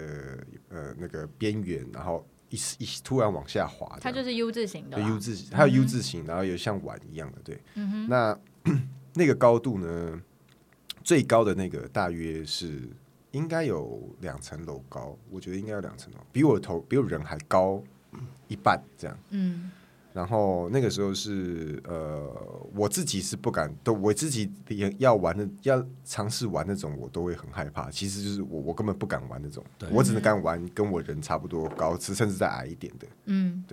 C: 呃那个边缘，然后一一突然往下滑这样。
B: 它就是 U 字形的
C: 有
B: 啦
C: U 字形，它有 U 字形，然后有像碗一样的，对。那 那个高度呢？最高的那个大约是应该有两层楼高，我觉得应该有两层楼，比我头比我人还高一半这样。
B: 嗯，
C: 然后那个时候是呃，我自己是不敢，都我自己也要玩的，要尝试玩那种，我都会很害怕。其实就是我我根本不敢玩那种，我只能敢玩跟我人差不多高，甚至再矮一点的。
B: 嗯，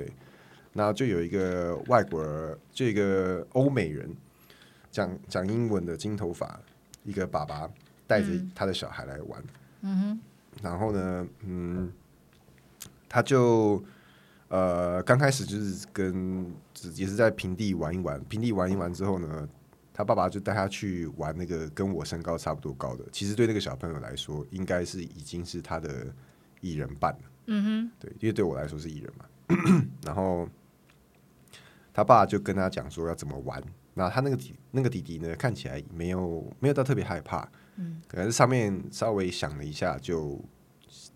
C: 那就有一个外国人，就一个欧美人，讲讲英文的金头发，一个爸爸带着
B: 嗯
C: 他的小孩来玩，
B: 嗯
C: 然后呢，嗯，他就呃刚开始就是跟只也是在平地玩一玩，平地玩一玩之后呢，他爸爸就带他去玩那个跟我身高差不多高的，其实对那个小朋友来说，应该是已经是他的一人半了，
B: 哼，嗯
C: 对，因为对我来说是一人嘛。 然后他爸就跟他讲说要怎么玩。那他那个弟那个弟弟呢，看起来没有没有到特别害怕，
B: 嗯，
C: 可能是上面稍微想了一下就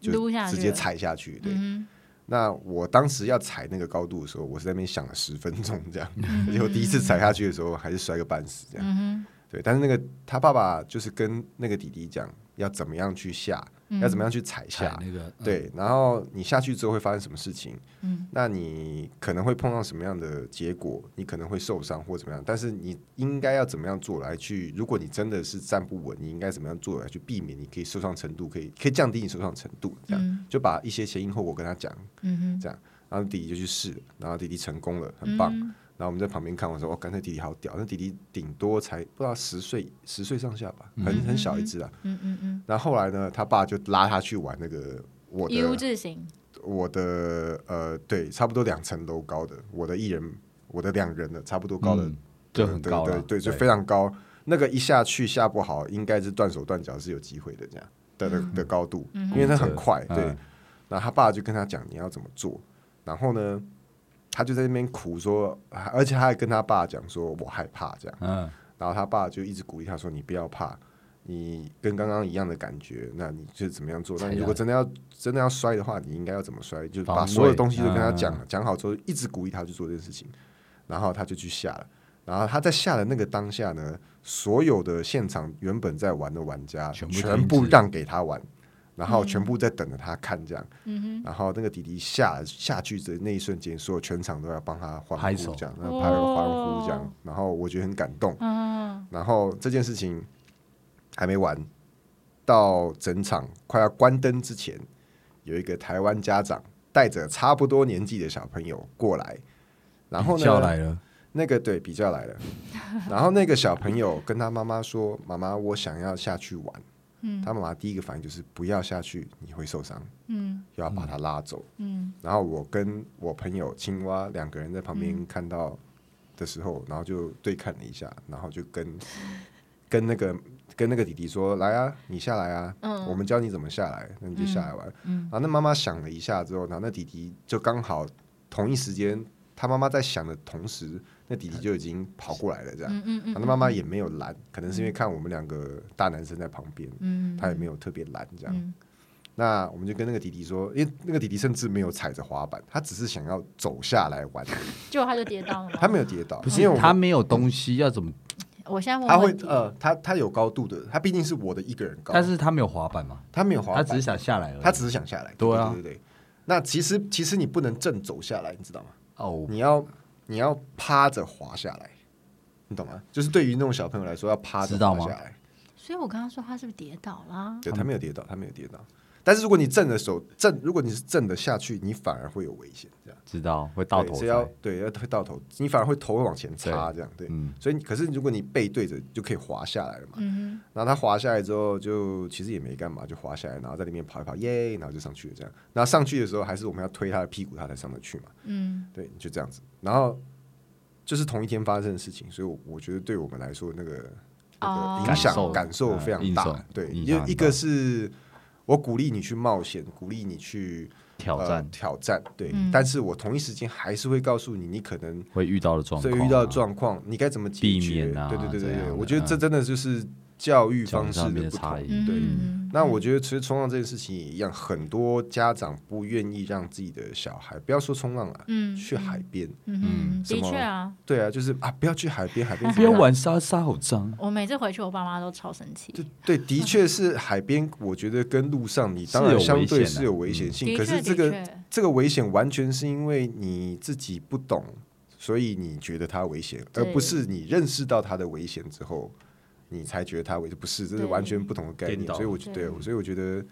C: 就
B: 撸下去
C: 直接
B: 了
C: 踩下去。
B: 哼，
C: 对，
B: 嗯
C: 那我当时要踩那个高度的时候，我是在那边想了十分钟这样， 而且我第一次踩下去的时候还是摔个半死这
B: 哼，
C: 样。
B: 嗯
C: 对，但是那个他爸爸就是跟那个弟弟讲要怎么样去下，
B: 嗯哼，
C: 要怎么样去踩下，
A: 踩那个，嗯，
C: 对，然后你下去之后会发生什么事情？
B: 嗯，
C: 那你可能会碰到什么样的结果？你可能会受伤或怎么样？但是你应该要怎么样做来去？如果你真的是站不稳，你应该怎么样做来去避免你可以受伤程度，可以可以降低你受伤程度？这样、
B: 嗯
C: 就把一些前因后果跟他讲，
B: 嗯哼，
C: 然后弟弟就去试了，然后弟弟成功了，很棒。
B: 嗯
C: 然后我们在旁边看，我说：“哦，刚才弟弟好屌，那弟弟顶多才不知道十岁，十岁上下吧，很很小一只啊。
B: 嗯嗯嗯
C: 然后后来呢，他爸就拉他去玩那个我的
B: ，U 字形，
C: 我的呃，对，差不多两层楼高的，我的一人，我的两人的，差不多高的，呃
A: 嗯就很高
C: 对
A: 了，
C: 对对，就非常高。那个一下去下不好，应该是断手断脚是有机会的，这样的的的高度，因为它很快，
A: 嗯
C: 对。那他爸就跟他讲你要怎么做，然后呢，他就在那边哭说，啊而且他还跟他爸讲说我害怕这样，
A: 嗯，
C: 然后他爸就一直鼓励他说你不要怕。你跟刚刚一样的感觉，那你就是怎么样做？那你如果真的要真的要摔的话，你应该要怎么摔？就是把
A: 防
C: 所有
A: 卫
C: 东西都跟他
A: 嗯
C: 讲讲好之后，一直鼓励他去做这件事情，然后他就去下了。然后他在下的那个当下呢，所有的现场原本在玩的玩家
A: 全
C: 全
A: 部
C: 部
A: 停止
C: 让给他玩，然后全部在等着他看这样。
B: 嗯
C: 然后那个弟弟下下去的那一瞬间，所有全场都要帮他
A: 拍
C: 欢
A: 手
C: 呼这样，然后拍欢呼这
B: 哇
C: 样。然后我觉得很感动
B: 哼，。啊，
C: 然后这件事情还没完，到整场快要关灯之前，有一个台湾家长带着差不多年纪的小朋友过来，然后
A: 比较
C: 呢，
A: 来了，
C: 那个对比较 来了，然后那个小朋友跟他妈妈说：“妈妈，我想要下去玩。”
B: 嗯
C: 他妈妈第一个反应就是不要下去，你会受伤，
B: 嗯
C: 要把他拉走。
B: 嗯
C: 然后我跟我朋友青蛙两个人在旁
B: 嗯
C: 边看到的时候，然后就对看了一下，然后就跟跟那个跟那个弟弟说：“来啊，你下来啊，
B: 嗯
C: 我们教你怎么下来，那你就下来玩。
B: 嗯
C: 然后那妈妈想了一下之后，然后那弟弟就刚好同一时间，他妈妈在想的同时，那弟弟就已经跑过来了，这样。
B: 嗯嗯嗯，
C: 然后那妈妈也没有拦，可能是因为看我们两个大男生在旁边，
B: 嗯，
C: 他也没有特别拦这样。
B: 嗯
C: 那我们就跟那个弟弟说，因为那个弟弟甚至没有踩着滑板，他只是想要走下来玩，
B: 结果他就跌倒了嘛。
C: 他没有跌倒，
A: 不
C: 因为
A: 是
C: 我们
A: 他没有东西要怎么？
B: 我现在问
C: 他会
B: 问题
C: 呃，他他有高度的，他毕竟是我的一个人高，
A: 但是他没有滑板嘛，
C: 他没有滑
A: 他
C: 板，
A: 只是想下来而已。
C: 他只是想下来，
A: 对啊
C: 对对对。那其实其实你不能正走下来，你知道吗？
A: 哦，
C: 你要你要趴着滑下来，你懂吗？就是对于那种小朋友来说，要趴着
A: 知道
C: 滑
A: 吗
C: 下来。
B: 所以我刚刚说他是不是跌倒啊啦？
C: 对他没有跌倒，他没有跌倒。但是如果你正的手正，如果你是正的下去，你反而会有危险，这样。
A: 知道会到头
C: 对
A: 才
C: 是要对要会到头，你反而会头会往前插这样对，
A: 嗯
C: 所以你可是如果你背对着就可以滑下来了嘛。
B: 嗯
C: 然后他滑下来之后就其实也没干嘛，就滑下来，然后在里面跑一跑，耶，然后就上去了这样。然后上去的时候还是我们要推他的屁股，他才上得去嘛。
B: 哼嗯
C: 对，就这样子。然后就是同一天发生的事情，所以我我觉得对我们来说那个那
B: 哦
C: 个影
A: 感
C: 响、
A: 受
C: 感受非
A: 嗯
C: 常
A: 印
C: 大。
A: 象
C: 对，
A: 印
C: 因
A: 象
C: 为一个是我鼓励你去冒险，鼓励你去
A: 挑
C: 呃
A: 战
C: 挑战，对。
B: 嗯
C: 但是我同一时间还是会告诉你，你可能
A: 会遇到的状
C: 所
A: 况
C: 以
A: 啊，
C: 遇到的状况，你该怎么解
A: 避
C: 决？
A: 免啊
C: 对对对对
A: 怎样
C: 对，
A: 的
C: 我觉得这真的就是教育
A: 教育
C: 方式
A: 上面的
C: 的不
A: 差
C: 同
A: 异。
B: 嗯，
C: 对，
B: 嗯
C: 那我觉得其实冲浪这件事情也一样，很多家长不愿意让自己的小孩，不要说冲浪了，
B: 嗯
C: 去海边。
B: 嗯嗯，
C: 什
B: 的
C: 么
B: 确啊，
C: 对啊，就是啊，不要去海边，海边
A: 不
C: 怎么
A: 要
C: 样。
A: 玩沙，沙好脏。
B: 我每次回去，我爸妈都超生气。
C: 对对，的确是海边，我觉得跟路上你当然
A: 是有危险
C: 相
A: 啊
C: 对
A: 的
C: 是有危险性，
B: 嗯的
C: 可
B: 确，
C: 是这
B: 的
C: 个
B: 确，
C: 这个危险完全是因为你自己不懂，所以你觉得它危险，而
B: 对
C: 不是你认识到它的危险之后，你才觉得它危险，不是，这是
B: 对
C: 完全不同的概念
A: 颠。倒
C: 所以我
B: 对
C: 对，所以我觉得，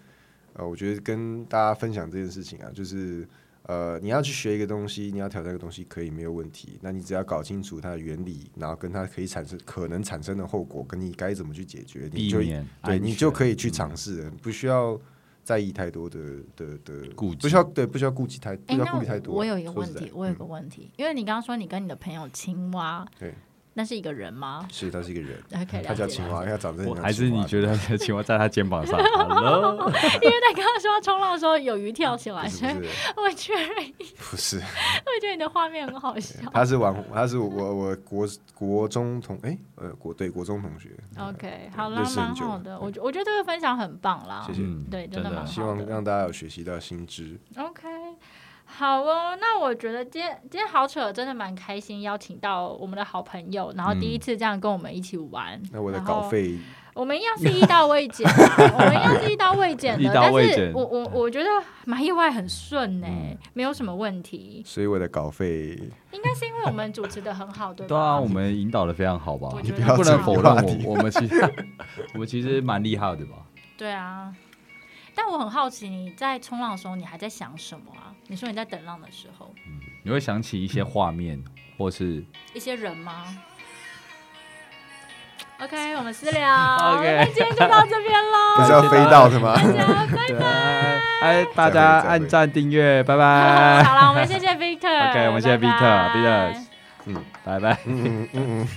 C: 呃，我觉得跟大家分享这件事情啊，就是呃，你要去学一个东西，你要挑战一个东西，可以没有问题。那你只要搞清楚它的原理，然后跟它可以产生可能产生的后果，跟你该怎么去解决，你
A: 避
C: 就
A: 免
C: 对
A: 安
C: 你
A: 全
C: 就可以去
A: 嗯
C: 尝试了，不需要在意太多的的的
A: 顾忌
C: 不需要对不需要顾忌太不
B: 哎，
C: 需要
B: 那
C: 顾虑太多啊。
B: 我我有一个
C: 说
B: 问
C: 实在嗯
B: 题，我有一个问题，因为你刚刚说你跟你的朋友青蛙，
C: 对，
B: 那是一个人吗
C: 是他是一 个人，
B: ？OK，
C: 他
B: 了
C: 叫
B: 解
C: 青
B: 了
C: 蛙， 他长得很
A: 我
C: 像
A: 还是
C: 青蛙
A: 你觉得他的青蛙在他肩膀上？Hello，
B: 因为他刚刚说冲浪的时 候有鱼跳起来，
C: 不
B: 所以
C: 是
B: 我觉得
C: 不是不是，
B: 我觉得你的画面很好笑。
C: 他是玩他是我我我国国中同哎呃国 对国中同学，
B: OK，好
C: 认
B: 啦，
C: 识
B: 蛮
C: 很久
B: 好
C: 了
B: 的，
C: 对
B: 我觉我觉得这个分享很棒啦。
C: 谢谢
A: 嗯
B: 对
A: 真
B: 真的蛮
C: 希望
B: 好的
C: 让大家有学习到新知。
B: OK，好哦，那我觉得今天今天好扯，真的蛮开心，邀请到我们的好朋友，然后第一
A: 嗯
B: 次这样跟我们一起玩。
C: 那我的
B: 然
C: 稿
B: 后
C: 费
B: 我们一样是一刀未剪 啊，我们一样是一刀未剪
A: 一
B: 的，
A: 刀
B: 但
A: 未
B: 是
A: 剪
B: 我我我觉得蛮意外，很顺呢、
A: 嗯
B: 没有什么问题，
C: 所以我的稿费，
B: 应该是因为我们主持的很好，对吧？
A: 对啊，我们引导的非常好吧
B: 我？
A: 你
B: 觉
A: 不
B: 得
A: 能
B: 是
A: 否认
C: 话题
A: 我，我们其 实我们其实蛮厉害的吧？
B: 对啊。但我很好奇，你在冲浪的时候，你还在想什么啊？你说你在等浪的时候，
A: 你会想起一些画面，或是
B: 一些人吗？OK，我们私 聊。
A: OK
B: 那今天就到这边喽，
C: 不是要飞到的吗？
A: 对，哎，大家
C: 再会
A: 按赞订阅，拜拜。
B: 好了，我们谢谢 Victor。
A: OK，我们谢谢
B: 拜拜
A: Peter，Peter，嗯，拜拜。
C: 嗯嗯嗯嗯。